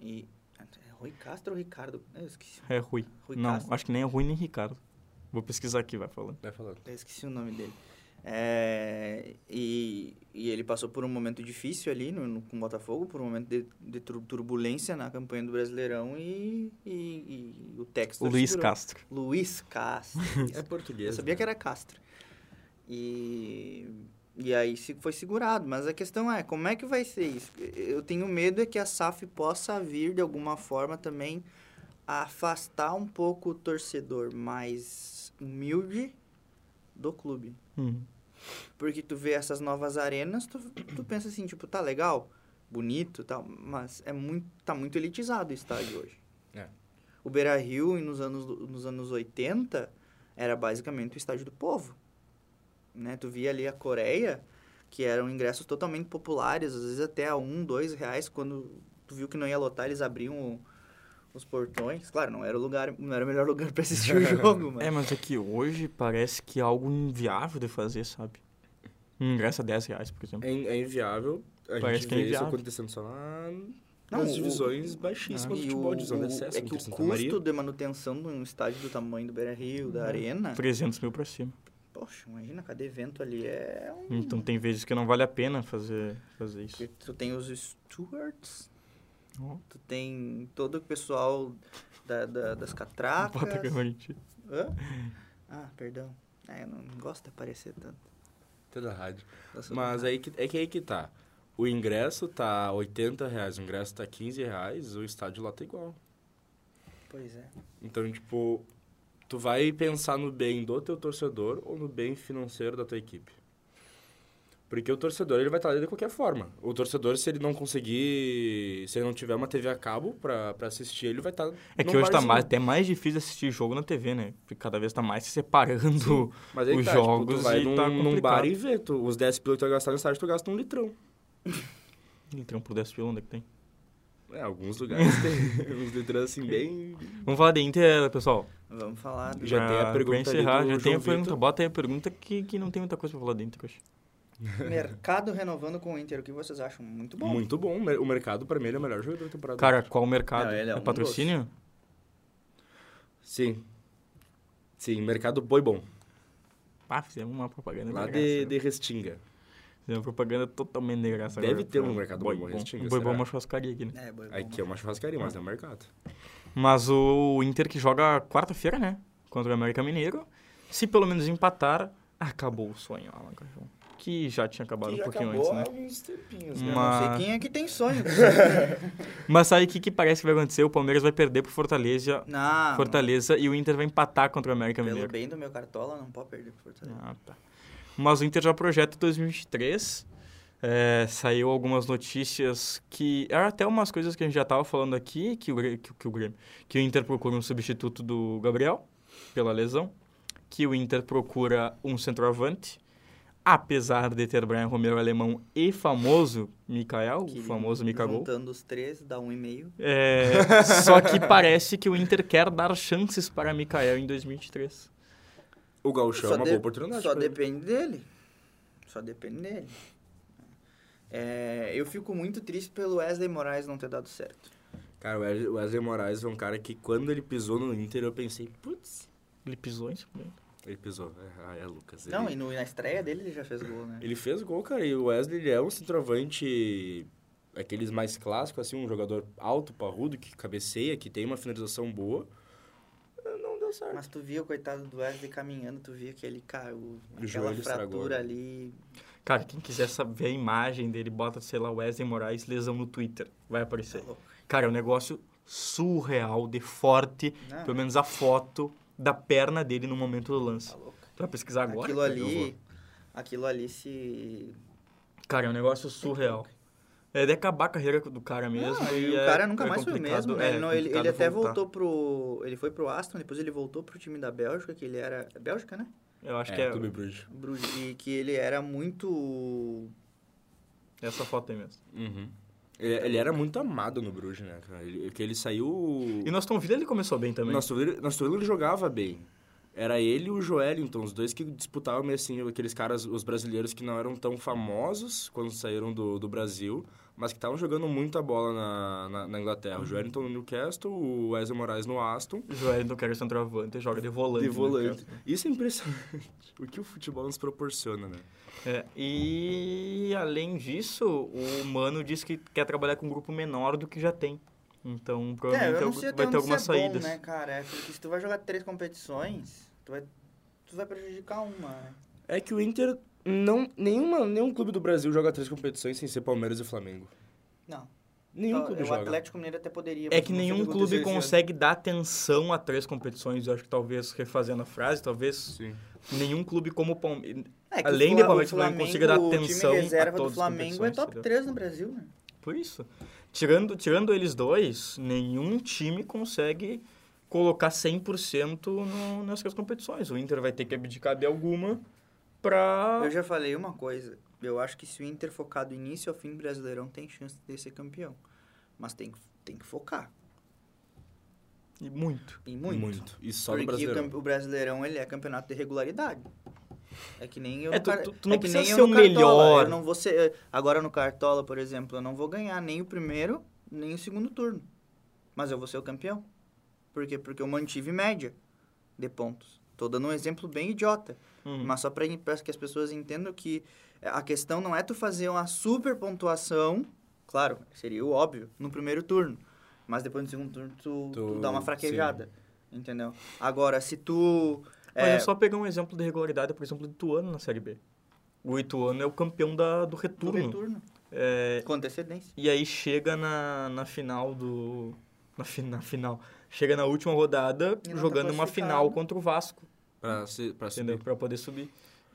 Speaker 3: E, é Rui Castro ou Ricardo? Eu esqueci,
Speaker 4: É Rui.
Speaker 3: Rui
Speaker 4: não,
Speaker 3: Castro.
Speaker 4: acho que nem é Rui nem Ricardo. Vou pesquisar aqui, vai falando.
Speaker 2: Vai falando.
Speaker 3: eu esqueci o nome dele. É, e, e ele passou por um momento difícil ali no, no- com o Botafogo, por um momento de, de tur- turbulência na campanha do Brasileirão e, e- e o Textor
Speaker 4: Luiz
Speaker 3: segurou.
Speaker 4: Castro.
Speaker 3: Luiz Castro.
Speaker 2: É português.
Speaker 3: Eu sabia
Speaker 2: né?
Speaker 3: que era Castro. E, e aí se- foi segurado. Mas a questão é, como é que vai ser isso? Eu tenho medo é que a SAF possa vir, de alguma forma, também a afastar um pouco o torcedor mais humilde do clube.
Speaker 4: Uhum.
Speaker 3: Porque tu vê essas novas arenas, tu, tu pensa assim, tipo, tá legal, bonito e tal, mas é muito, tá muito elitizado o estádio hoje.
Speaker 2: É.
Speaker 3: O Beira-Rio, em- nos anos, nos anos 80, era basicamente o estádio do povo. Né? Tu via ali a Coreia, que eram ingressos totalmente populares, às vezes até a um, dois reais, quando tu viu que não ia lotar, eles abriam o- os portões. Claro, não era o lugar, não era o melhor lugar pra assistir o jogo, mas...
Speaker 4: É, mas é que hoje parece que é algo inviável de fazer, sabe? Um ingresso a 10 reais, por exemplo.
Speaker 2: É, in- é inviável. A
Speaker 4: Parece
Speaker 2: gente
Speaker 4: que é
Speaker 2: vê isso
Speaker 4: inviável.
Speaker 2: acontecendo só na...
Speaker 3: Não,
Speaker 2: nas
Speaker 3: o-
Speaker 2: divisões baixíssimas do
Speaker 3: E
Speaker 2: futebol,
Speaker 3: o-
Speaker 2: divisão de
Speaker 3: o-
Speaker 2: acesso.
Speaker 3: é que
Speaker 2: entre
Speaker 3: o
Speaker 2: Santa
Speaker 3: custo
Speaker 2: Maria.
Speaker 3: de manutenção de um estádio do tamanho do Beira Rio, da Arena,
Speaker 4: 300 É. mil pra cima.
Speaker 3: poxa, imagina, cada evento ali é um.
Speaker 4: Então tem vezes que não vale a pena fazer, fazer isso.
Speaker 3: Porque Tu tem os stewards,
Speaker 4: Ó.
Speaker 3: tu tem todo o pessoal da- da- das catracas.
Speaker 4: Bota que eu vou mentir.
Speaker 3: Hã? Ah, perdão. É, eu não gosto de aparecer tanto.
Speaker 2: Toda a rádio.
Speaker 3: Eu sou-
Speaker 2: Mas aí que, é que aí que tá. O ingresso tá R$ 80 reais, o ingresso tá R$ 15 reais, o estádio lá tá igual.
Speaker 3: Pois é.
Speaker 2: Então, tipo, tu vai pensar no bem do teu torcedor ou no bem financeiro da tua equipe? Porque o torcedor, ele vai estar ali de qualquer forma. O torcedor, se ele não conseguir... Se ele não tiver uma TV a cabo pra, pra assistir, ele vai estar...
Speaker 4: É que
Speaker 2: num
Speaker 4: hoje tá
Speaker 2: barzinho.
Speaker 4: mais, até mais difícil assistir jogo na TV, né? Porque cada vez tá mais se separando
Speaker 2: Mas aí
Speaker 4: os
Speaker 2: tá,
Speaker 4: jogos
Speaker 2: tipo, tu vai
Speaker 4: e
Speaker 2: num,
Speaker 4: tá
Speaker 2: num
Speaker 4: complicado.
Speaker 2: bar e vê. Tu, os 10 pila que tu vai gastar no estádio, tu gasta um litrão.
Speaker 4: Ele tem um por 10 pila, onde é que tem?
Speaker 2: É, alguns lugares tem uns litrão assim, bem...
Speaker 4: Vamos falar de Inter, né, pessoal.
Speaker 3: Vamos falar do...
Speaker 2: Já tem a
Speaker 4: Pra-
Speaker 2: pergunta
Speaker 4: pra
Speaker 2: ali
Speaker 4: encerrar,
Speaker 2: do
Speaker 4: Já
Speaker 2: João
Speaker 4: tem a pergunta,
Speaker 2: Vitor. Tá
Speaker 4: bota aí a pergunta que, que não tem muita coisa pra falar de Inter, eu acho.
Speaker 3: Mercado renovando com o Inter, o que vocês acham? Muito bom.
Speaker 2: Muito bom. O mer- O mercado, pra mim, ele é o melhor jogador da temporada.
Speaker 4: Cara, qual o mercado?
Speaker 2: Não, ele é
Speaker 4: é
Speaker 2: um
Speaker 4: patrocínio?
Speaker 2: Sim. Sim, mercado boi bom.
Speaker 4: Ah, fizemos uma propaganda
Speaker 2: Lá
Speaker 4: de
Speaker 2: de,
Speaker 4: graça. né?
Speaker 2: de Restinga.
Speaker 4: Fizemos uma propaganda totalmente de graça.
Speaker 2: Deve
Speaker 4: agora,
Speaker 2: ter um
Speaker 4: pra-
Speaker 2: mercado
Speaker 4: Boi
Speaker 2: bom,
Speaker 4: bom.
Speaker 2: Restinga,
Speaker 4: O Boi bom é
Speaker 2: será?
Speaker 4: uma churrascaria aqui, né?
Speaker 3: É, boi, bom.
Speaker 2: Aqui é uma churrascaria, mas é um mercado.
Speaker 4: Mas o Inter que joga quarta-feira, né? Contra o América Mineiro. Se pelo menos empatar, acabou o sonho, Alan Cajão. Que já tinha acabado um pouquinho antes, né?
Speaker 2: uns tempinhos,
Speaker 4: né?
Speaker 3: Eu Não sei
Speaker 4: Mas-
Speaker 3: quem é que tem sonho.
Speaker 4: Mas sabe o que, que parece que vai acontecer? O Palmeiras vai perder pro Fortaleza,
Speaker 3: Não,
Speaker 4: Fortaleza e o Inter vai empatar contra o América
Speaker 3: pelo
Speaker 4: Mineiro.
Speaker 3: bem do meu cartola, não pode perder pro Fortaleza.
Speaker 4: Ah, tá. Mas o Inter já projeta 2023. É, saiu algumas notícias que... Era até umas coisas que a gente já tava falando aqui, que o, Grê- que, o- que o Grêmio... Que o Inter procura um substituto do Gabriel, pela lesão. Que o Inter procura um centroavante. Apesar de ter Brian Romero alemão e famoso Mikael, o
Speaker 3: Que
Speaker 4: famoso Mikagol.
Speaker 3: Juntando os três, dá um e meio.
Speaker 4: É, só que parece que o Inter quer dar chances para Mikael em 2023.
Speaker 2: O Gauchão é
Speaker 3: Só
Speaker 2: uma
Speaker 3: de-
Speaker 2: boa oportunidade.
Speaker 3: Só
Speaker 2: pra ele.
Speaker 3: depende dele. Só depende dele. É, eu fico muito triste pelo Wesley Moraes não ter dado certo.
Speaker 2: Cara, o Wesley- o Wesley Moraes é um cara que quando ele pisou no Inter, eu pensei, putz,
Speaker 4: Ele pisou em cima dele.
Speaker 2: ele pisou. É, Ah, é Lucas. Ele,
Speaker 3: Não, e no- na estreia dele ele já fez gol, né?
Speaker 2: ele fez gol, cara. E o Wesley ele é um centroavante, aqueles mais clássicos, assim, um jogador alto, parrudo, que cabeceia, que tem uma finalização boa. Não deu certo.
Speaker 3: Mas tu via o coitado do Wesley caminhando, tu via que ele caiu.
Speaker 2: O
Speaker 3: Aquela
Speaker 2: joelho estragou,
Speaker 3: fratura
Speaker 2: né?
Speaker 3: ali.
Speaker 4: Cara, quem quiser saber a imagem dele, bota, sei lá, Wesley Moraes lesão no Twitter. Vai
Speaker 3: tá
Speaker 4: aparecer. Cara, é um negócio surreal de forte.
Speaker 3: Não,
Speaker 4: Pelo menos a foto da perna dele no momento do lance.
Speaker 3: tá louco.
Speaker 4: Tu vai pesquisar agora?
Speaker 3: Aquilo
Speaker 4: cara? Eu
Speaker 3: ali.
Speaker 4: vou.
Speaker 3: Aquilo ali se.
Speaker 4: Cara, é um negócio surreal. É de acabar a carreira do cara mesmo.
Speaker 3: Não,
Speaker 4: e
Speaker 3: Ah, e o
Speaker 4: é-
Speaker 3: cara nunca
Speaker 4: é
Speaker 3: mais foi o
Speaker 4: complicado-
Speaker 3: mesmo.
Speaker 4: é
Speaker 3: né? ele, não- ele- ele
Speaker 4: complicado
Speaker 3: até
Speaker 4: voltar.
Speaker 3: voltou pro. Ele foi pro Aston, depois ele voltou pro time da Bélgica, que ele era. é Bélgica, né?
Speaker 4: Eu acho
Speaker 2: é,
Speaker 4: que é
Speaker 2: Clube Bruges.
Speaker 3: Bruges, E que ele era muito.
Speaker 4: essa foto aí mesmo.
Speaker 2: Uhum. Ele, ele era muito amado no Bruges, né, cara? Ele, que ele saiu...
Speaker 4: E nosso Tom Vida ele começou bem também.
Speaker 2: Nosso Vila, nosso Vila ele jogava bem. Era ele e o Joelinton, os dois que disputavam meio assim, aqueles caras, os brasileiros que não eram tão famosos quando saíram do, do Brasil, mas que estavam jogando muita bola na, na, na Inglaterra. O Joelinton no Newcastle, o Wesley Moraes no Aston,
Speaker 4: O Joel não quer centroavante, joga de volante.
Speaker 2: de
Speaker 4: né,
Speaker 2: volante. Isso é impressionante. O que o futebol nos proporciona, né?
Speaker 4: É, e além disso, o Mano disse que quer trabalhar com um grupo menor do que já tem. Então,
Speaker 3: É, eu
Speaker 4: provavelmente
Speaker 3: não
Speaker 4: algu-
Speaker 3: sei até
Speaker 4: vai
Speaker 3: onde
Speaker 4: ter algumas
Speaker 3: isso é bom,
Speaker 4: saídas.
Speaker 3: né, cara? É porque se tu vai jogar três competições, tu vai, tu vai prejudicar uma, né?
Speaker 2: É que o Inter, não, nenhuma, nenhum clube do Brasil joga três competições sem ser Palmeiras e Flamengo.
Speaker 3: Não.
Speaker 2: Nenhum
Speaker 3: Tá,
Speaker 2: clube
Speaker 3: o
Speaker 2: joga.
Speaker 3: Atlético Mineiro até poderia.
Speaker 4: É
Speaker 3: mas
Speaker 4: que
Speaker 3: não sei o
Speaker 4: nenhum
Speaker 3: aconteceu
Speaker 4: clube
Speaker 3: esse ano.
Speaker 4: consegue dar atenção a três competições. Eu acho que talvez, refazendo a frase, talvez
Speaker 2: Sim.
Speaker 4: nenhum clube como o Palmeiras.
Speaker 3: É que
Speaker 4: Além
Speaker 3: o
Speaker 4: do
Speaker 3: Fla-
Speaker 4: Palmeiras,
Speaker 3: o
Speaker 4: o Flamengo
Speaker 3: Flamengo,
Speaker 4: consiga dar atenção
Speaker 3: O
Speaker 4: a
Speaker 3: time reserva do
Speaker 4: todas as
Speaker 3: Flamengo é
Speaker 4: competições,
Speaker 3: top
Speaker 4: entendeu?
Speaker 3: 3 no Brasil, né?
Speaker 4: Por isso. Tirando, tirando eles dois, nenhum time consegue colocar 100% no, nas suas competições. O Inter vai ter que abdicar de alguma pra.
Speaker 3: Eu já falei uma coisa. Eu acho que se o Inter focar do início ao fim do Brasileirão, tem chance de ser campeão. Mas tem, que- tem que focar.
Speaker 4: E muito.
Speaker 3: E muito.
Speaker 2: Muito. E só no
Speaker 3: Porque o,
Speaker 2: Brasileirão.
Speaker 3: cam- o Brasileirão, ele é campeonato de regularidade. É que nem eu
Speaker 4: É,
Speaker 3: no
Speaker 4: tu-
Speaker 3: car-
Speaker 4: tu- tu não
Speaker 3: é que
Speaker 4: precisa
Speaker 3: nem eu
Speaker 4: ser
Speaker 3: no
Speaker 4: o
Speaker 3: Cartola.
Speaker 4: melhor.
Speaker 3: Eu não vou ser... Agora no Cartola, por exemplo, eu não vou ganhar nem o primeiro, nem o segundo turno. Mas eu vou ser o campeão. Por quê? Porque eu mantive média de pontos. Tô dando um exemplo bem idiota.
Speaker 4: Uhum.
Speaker 3: Mas só pra, pra que as pessoas entendam que a questão não é tu fazer uma super pontuação, claro, seria o óbvio, no primeiro turno. Mas depois no segundo turno tu, tu
Speaker 2: Tu-
Speaker 3: dá uma fraquejada, entendeu? Agora, se tu...
Speaker 4: Mas
Speaker 3: é,
Speaker 4: é só pegar um exemplo de regularidade, por exemplo, do Ituano na Série B. O Ituano é o campeão da, do
Speaker 3: tu
Speaker 4: retorno.
Speaker 3: retorno,
Speaker 4: É,
Speaker 3: com antecedência.
Speaker 4: e aí chega na, na final do... Na, fi- na final. Chega na última rodada
Speaker 3: E não tá
Speaker 4: jogando uma
Speaker 3: classificado.
Speaker 4: final contra o Vasco,
Speaker 2: Pra, se, pra subir.
Speaker 4: entendeu? Pra poder subir.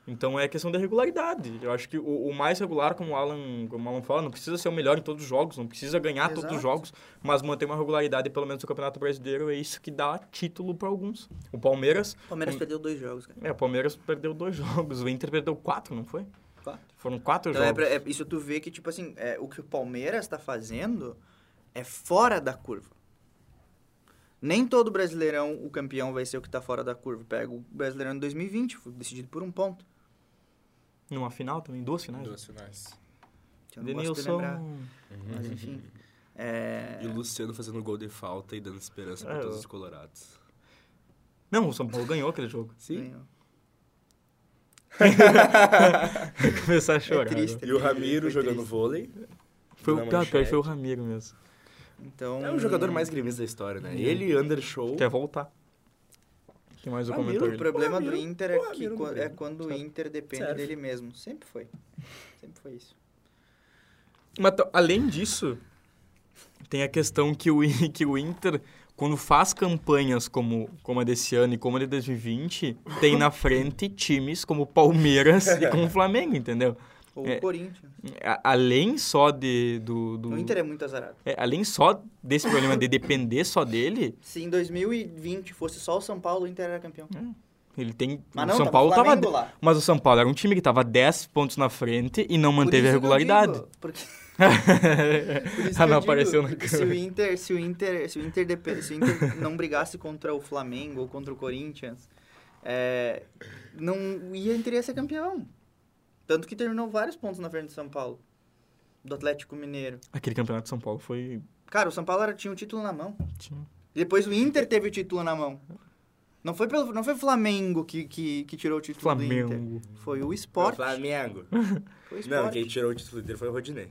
Speaker 4: Então é questão da regularidade. Eu acho que o, o mais regular, como o, Alan, como o Alan fala, não precisa ser o melhor em todos os jogos, não precisa ganhar todos
Speaker 3: Exato.
Speaker 4: os jogos, mas manter uma regularidade, pelo menos no Campeonato Brasileiro, é isso que dá título para alguns. O Palmeiras.
Speaker 3: O Palmeiras perdeu dois jogos, cara.
Speaker 4: É, o Palmeiras perdeu dois jogos, o Inter perdeu quatro, não foi?
Speaker 3: Quatro.
Speaker 4: Foram quatro
Speaker 3: Então, é
Speaker 4: jogos.
Speaker 3: pra- é- isso tu vê que, tipo assim, é, o que o Palmeiras tá fazendo é fora da curva. Nem todo brasileirão, o campeão vai ser o que tá fora da curva. Pega o brasileirão de 2020, foi decidido por um ponto.
Speaker 4: Numa final também, duas finais.
Speaker 2: né?
Speaker 6: Duas finais.
Speaker 3: Que eu não gosto de
Speaker 4: Denilson.
Speaker 3: lembrar, mas enfim. É,
Speaker 2: Uhum. E o Luciano fazendo gol de falta e dando esperança
Speaker 4: É,
Speaker 2: pra todos
Speaker 4: eu-
Speaker 2: os colorados.
Speaker 4: Não, o São Paulo ganhou aquele jogo.
Speaker 2: Sim.
Speaker 3: ganhou.
Speaker 4: Começar a chorar.
Speaker 3: É triste.
Speaker 2: E o Ramiro
Speaker 3: Foi
Speaker 2: jogando
Speaker 3: triste.
Speaker 2: vôlei.
Speaker 4: agora. Foi o
Speaker 2: Na
Speaker 4: pior, pior que
Speaker 2: manchete.
Speaker 4: foi o Ramiro mesmo.
Speaker 3: Então,
Speaker 2: É o jogador mais gremista da história, né? Ele, Undershow.
Speaker 4: Quer voltar. Que mais um eu
Speaker 2: Ramiro,
Speaker 4: comentou
Speaker 3: O
Speaker 4: ele?
Speaker 3: problema
Speaker 2: O Ramiro-
Speaker 3: do Inter é,
Speaker 2: o
Speaker 3: que,
Speaker 2: Ramiro do
Speaker 3: quan- é
Speaker 2: Grêmio,
Speaker 3: quando o
Speaker 2: certo.
Speaker 3: Inter depende
Speaker 2: Serve.
Speaker 3: dele mesmo. Sempre foi. Sempre foi isso.
Speaker 4: Mas, t- além disso, tem a questão que o, I- que o Inter, quando faz campanhas como, como a desse ano e como a de 2020, tem na frente times como Palmeiras e como Flamengo, entendeu?
Speaker 3: Ou
Speaker 4: É.
Speaker 3: o Corinthians.
Speaker 4: A- além só de, do... do-
Speaker 3: O Inter é muito azarado.
Speaker 4: é, além só desse problema de depender só dele,
Speaker 3: Se em 2020 fosse só o São Paulo, o Inter era campeão.
Speaker 2: Hum.
Speaker 4: ele tem...
Speaker 3: Mas
Speaker 4: o
Speaker 3: não,
Speaker 4: São
Speaker 3: tava
Speaker 4: Paulo
Speaker 3: o
Speaker 4: tava...
Speaker 3: Flamengo lá.
Speaker 4: Mas o São Paulo era um time que tava 10 pontos na frente e não
Speaker 3: Por
Speaker 4: manteve a
Speaker 3: isso que eu digo,
Speaker 4: regularidade.
Speaker 3: porque- por isso que
Speaker 4: ah,
Speaker 3: eu
Speaker 4: não
Speaker 3: digo,
Speaker 4: apareceu na
Speaker 3: porque se o
Speaker 4: câmera.
Speaker 3: Inter, se o Inter, se o Inter, depe- se o Inter não brigasse contra o Flamengo ou contra o Corinthians, é, não ia o Inter ia ser campeão. Tanto que terminou vários pontos na frente do São Paulo, do Atlético Mineiro.
Speaker 4: Aquele campeonato de São Paulo foi...
Speaker 3: Cara, o São Paulo era- tinha o título na mão.
Speaker 4: tinha-
Speaker 3: Depois o Inter teve o título na mão. Não foi pelo, não foi o Flamengo que, que, que tirou o título do Inter.
Speaker 4: Flamengo.
Speaker 3: Foi o
Speaker 2: Não,
Speaker 3: esporte.
Speaker 2: Flamengo.
Speaker 3: Foi o esporte.
Speaker 2: Não, quem tirou o título dele foi o Rodinei.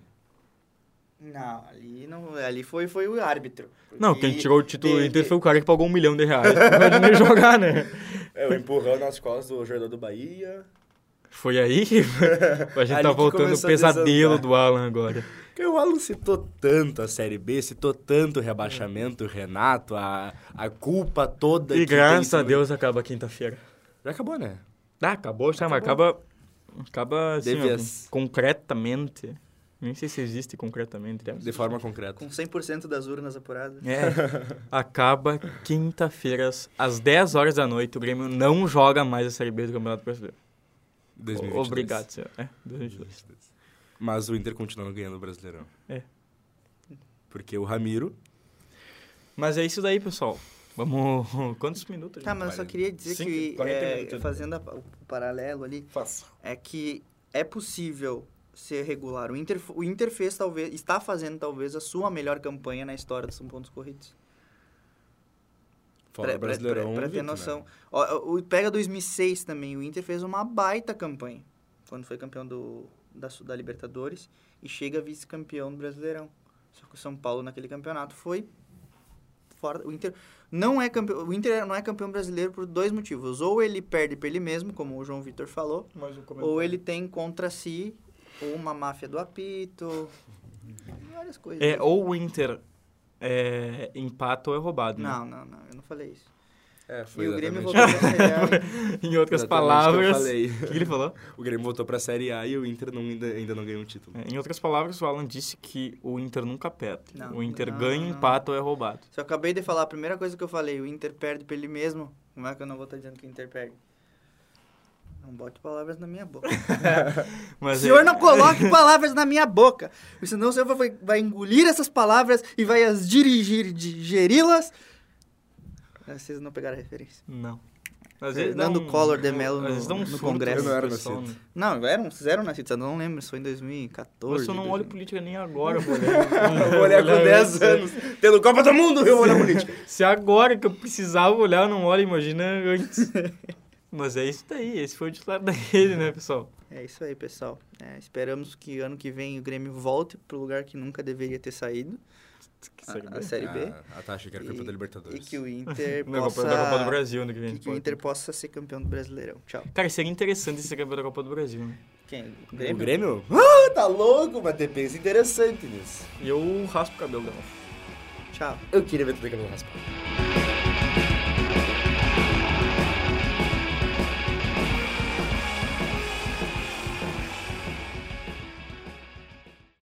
Speaker 3: Não, ali não. Ali foi, foi o árbitro.
Speaker 4: Não,
Speaker 3: Porque
Speaker 4: quem tirou o título do
Speaker 3: de-
Speaker 4: Inter
Speaker 3: de-
Speaker 4: foi o cara que pagou um milhão de reais pra Rodinei jogar, né?
Speaker 2: É, o empurrão nas costas do jogador do Bahia.
Speaker 4: Foi aí que a gente
Speaker 2: Ali
Speaker 4: tá
Speaker 2: que
Speaker 4: voltando o
Speaker 2: começou a
Speaker 4: pesadelo
Speaker 2: desandar.
Speaker 4: do Alan agora.
Speaker 2: Porque o Alan citou tanto a Série B, citou tanto o rebaixamento, o Renato, a, a culpa toda.
Speaker 4: E
Speaker 2: que tem
Speaker 4: graças a
Speaker 2: sobre-
Speaker 4: Deus acaba quinta-feira.
Speaker 2: Já acabou, né?
Speaker 4: Ah, acabou já, mas acaba... Acaba, assim,
Speaker 2: Devia
Speaker 4: ó,
Speaker 2: ser.
Speaker 4: concretamente. Nem sei se existe concretamente. né?
Speaker 2: De forma concreta.
Speaker 3: Com 100% das urnas apuradas.
Speaker 4: É, acaba quinta-feiras, às 10 horas da noite, o Grêmio não joga mais a Série B do Campeonato Brasileiro.
Speaker 2: 2022.
Speaker 4: Obrigado, senhor. É, 2022.
Speaker 2: Mas o Inter continua ganhando o Brasileirão.
Speaker 4: É.
Speaker 2: Porque o Ramiro...
Speaker 4: Mas é isso daí, pessoal. Vamos... Quantos minutos?
Speaker 3: Tá, mas eu só queria dizer
Speaker 4: Cinco,
Speaker 3: que,
Speaker 4: 40
Speaker 3: é,
Speaker 4: minutos.
Speaker 3: fazendo a- o paralelo ali,
Speaker 6: Faça.
Speaker 3: é que é possível ser regular. O Inter, o Inter fez, talvez, está fazendo talvez a sua melhor campanha na história dos São Pontos Corridos.
Speaker 2: Fora
Speaker 3: pra,
Speaker 2: o Brasileirão.
Speaker 3: pra- pra ter
Speaker 2: invicto, né?
Speaker 3: noção. Ó, o, pega 2006 também, o Inter fez uma baita campanha. Quando foi campeão do, da, Su- da Libertadores e chega vice-campeão do Brasileirão. Só que o São Paulo naquele campeonato foi fora. O Inter não é campeão, o Inter não é campeão brasileiro por dois motivos. Ou ele perde para ele mesmo, como o João Vitor falou,
Speaker 4: um
Speaker 3: ou ele tem contra si ou uma máfia do apito, várias coisas.
Speaker 4: É, ou o Inter é, empata ou é roubado, né?
Speaker 3: Não, não, não, eu não falei isso.
Speaker 2: É,
Speaker 3: E o Grêmio voltou
Speaker 2: exatamente-
Speaker 3: a ser
Speaker 4: em
Speaker 2: exatamente o
Speaker 4: outras
Speaker 2: que eu
Speaker 4: palavras...
Speaker 2: falei.
Speaker 4: O que que ele falou?
Speaker 2: O Grêmio voltou pra Série A e o Inter não- ainda, ainda não ganhou um título.
Speaker 4: É, em outras palavras, o Alan disse que o Inter nunca perde.
Speaker 3: Não,
Speaker 4: o Inter
Speaker 3: não,
Speaker 4: ganha,
Speaker 3: não.
Speaker 4: empata ou é roubado.
Speaker 3: Se eu acabei de falar a primeira coisa que eu falei, o Inter perde pra ele mesmo, como é que eu não vou estar dizendo que o Inter perde? Não bote palavras na minha boca. O
Speaker 4: Mas
Speaker 3: senhor
Speaker 4: é,
Speaker 3: não coloque palavras na minha boca, senão o senhor vai, vai engolir essas palavras e vai as dirigir, digeri-las. Ah, Vocês não pegaram a referência.
Speaker 4: Não. Às
Speaker 3: Fernando
Speaker 4: dá um-
Speaker 3: Collor de Mello
Speaker 4: às vezes
Speaker 3: no-
Speaker 4: dá um
Speaker 3: no
Speaker 4: surto
Speaker 3: Congresso.
Speaker 4: na
Speaker 2: Eu não era
Speaker 4: pessoa,
Speaker 2: nascido.
Speaker 4: né?
Speaker 3: Não, um, eram, fizeram na citação, não lembro, isso foi em 2014.
Speaker 4: Mas eu não olho
Speaker 3: 2000.
Speaker 4: política nem agora, moleque.
Speaker 2: Eu vou olhar com 10 anos, tendo Copa do Mundo, eu vou olhar política.
Speaker 4: Se agora que eu precisava olhar, eu não olho, imagina antes. Mas é isso daí, esse foi o titular daquele, né, pessoal?
Speaker 3: É isso aí, pessoal. É, esperamos que ano que vem o Grêmio volte pro lugar que nunca deveria ter saído,
Speaker 4: Que
Speaker 3: a-
Speaker 4: série
Speaker 3: a
Speaker 4: B.
Speaker 3: Série B.
Speaker 2: Ah, tá, achei que era campeão
Speaker 3: E-
Speaker 2: da
Speaker 3: E
Speaker 2: Libertadores.
Speaker 3: que o Inter
Speaker 4: Não,
Speaker 3: possa...
Speaker 4: Copa da Copa do Brasil, ano que vem.
Speaker 3: E que o Inter possa ser campeão do Brasileirão. Tchau.
Speaker 4: Cara, seria interessante ser campeão da Copa do Brasil, né?
Speaker 3: Quem? O
Speaker 2: O
Speaker 3: Grêmio?
Speaker 2: Grêmio? Ah, tá louco, mas tem
Speaker 3: é
Speaker 2: pensa interessante nisso.
Speaker 4: E eu raspo o cabelo dela.
Speaker 3: Tchau.
Speaker 2: Eu queria ver tudo aquilo raspado.
Speaker 3: Tchau.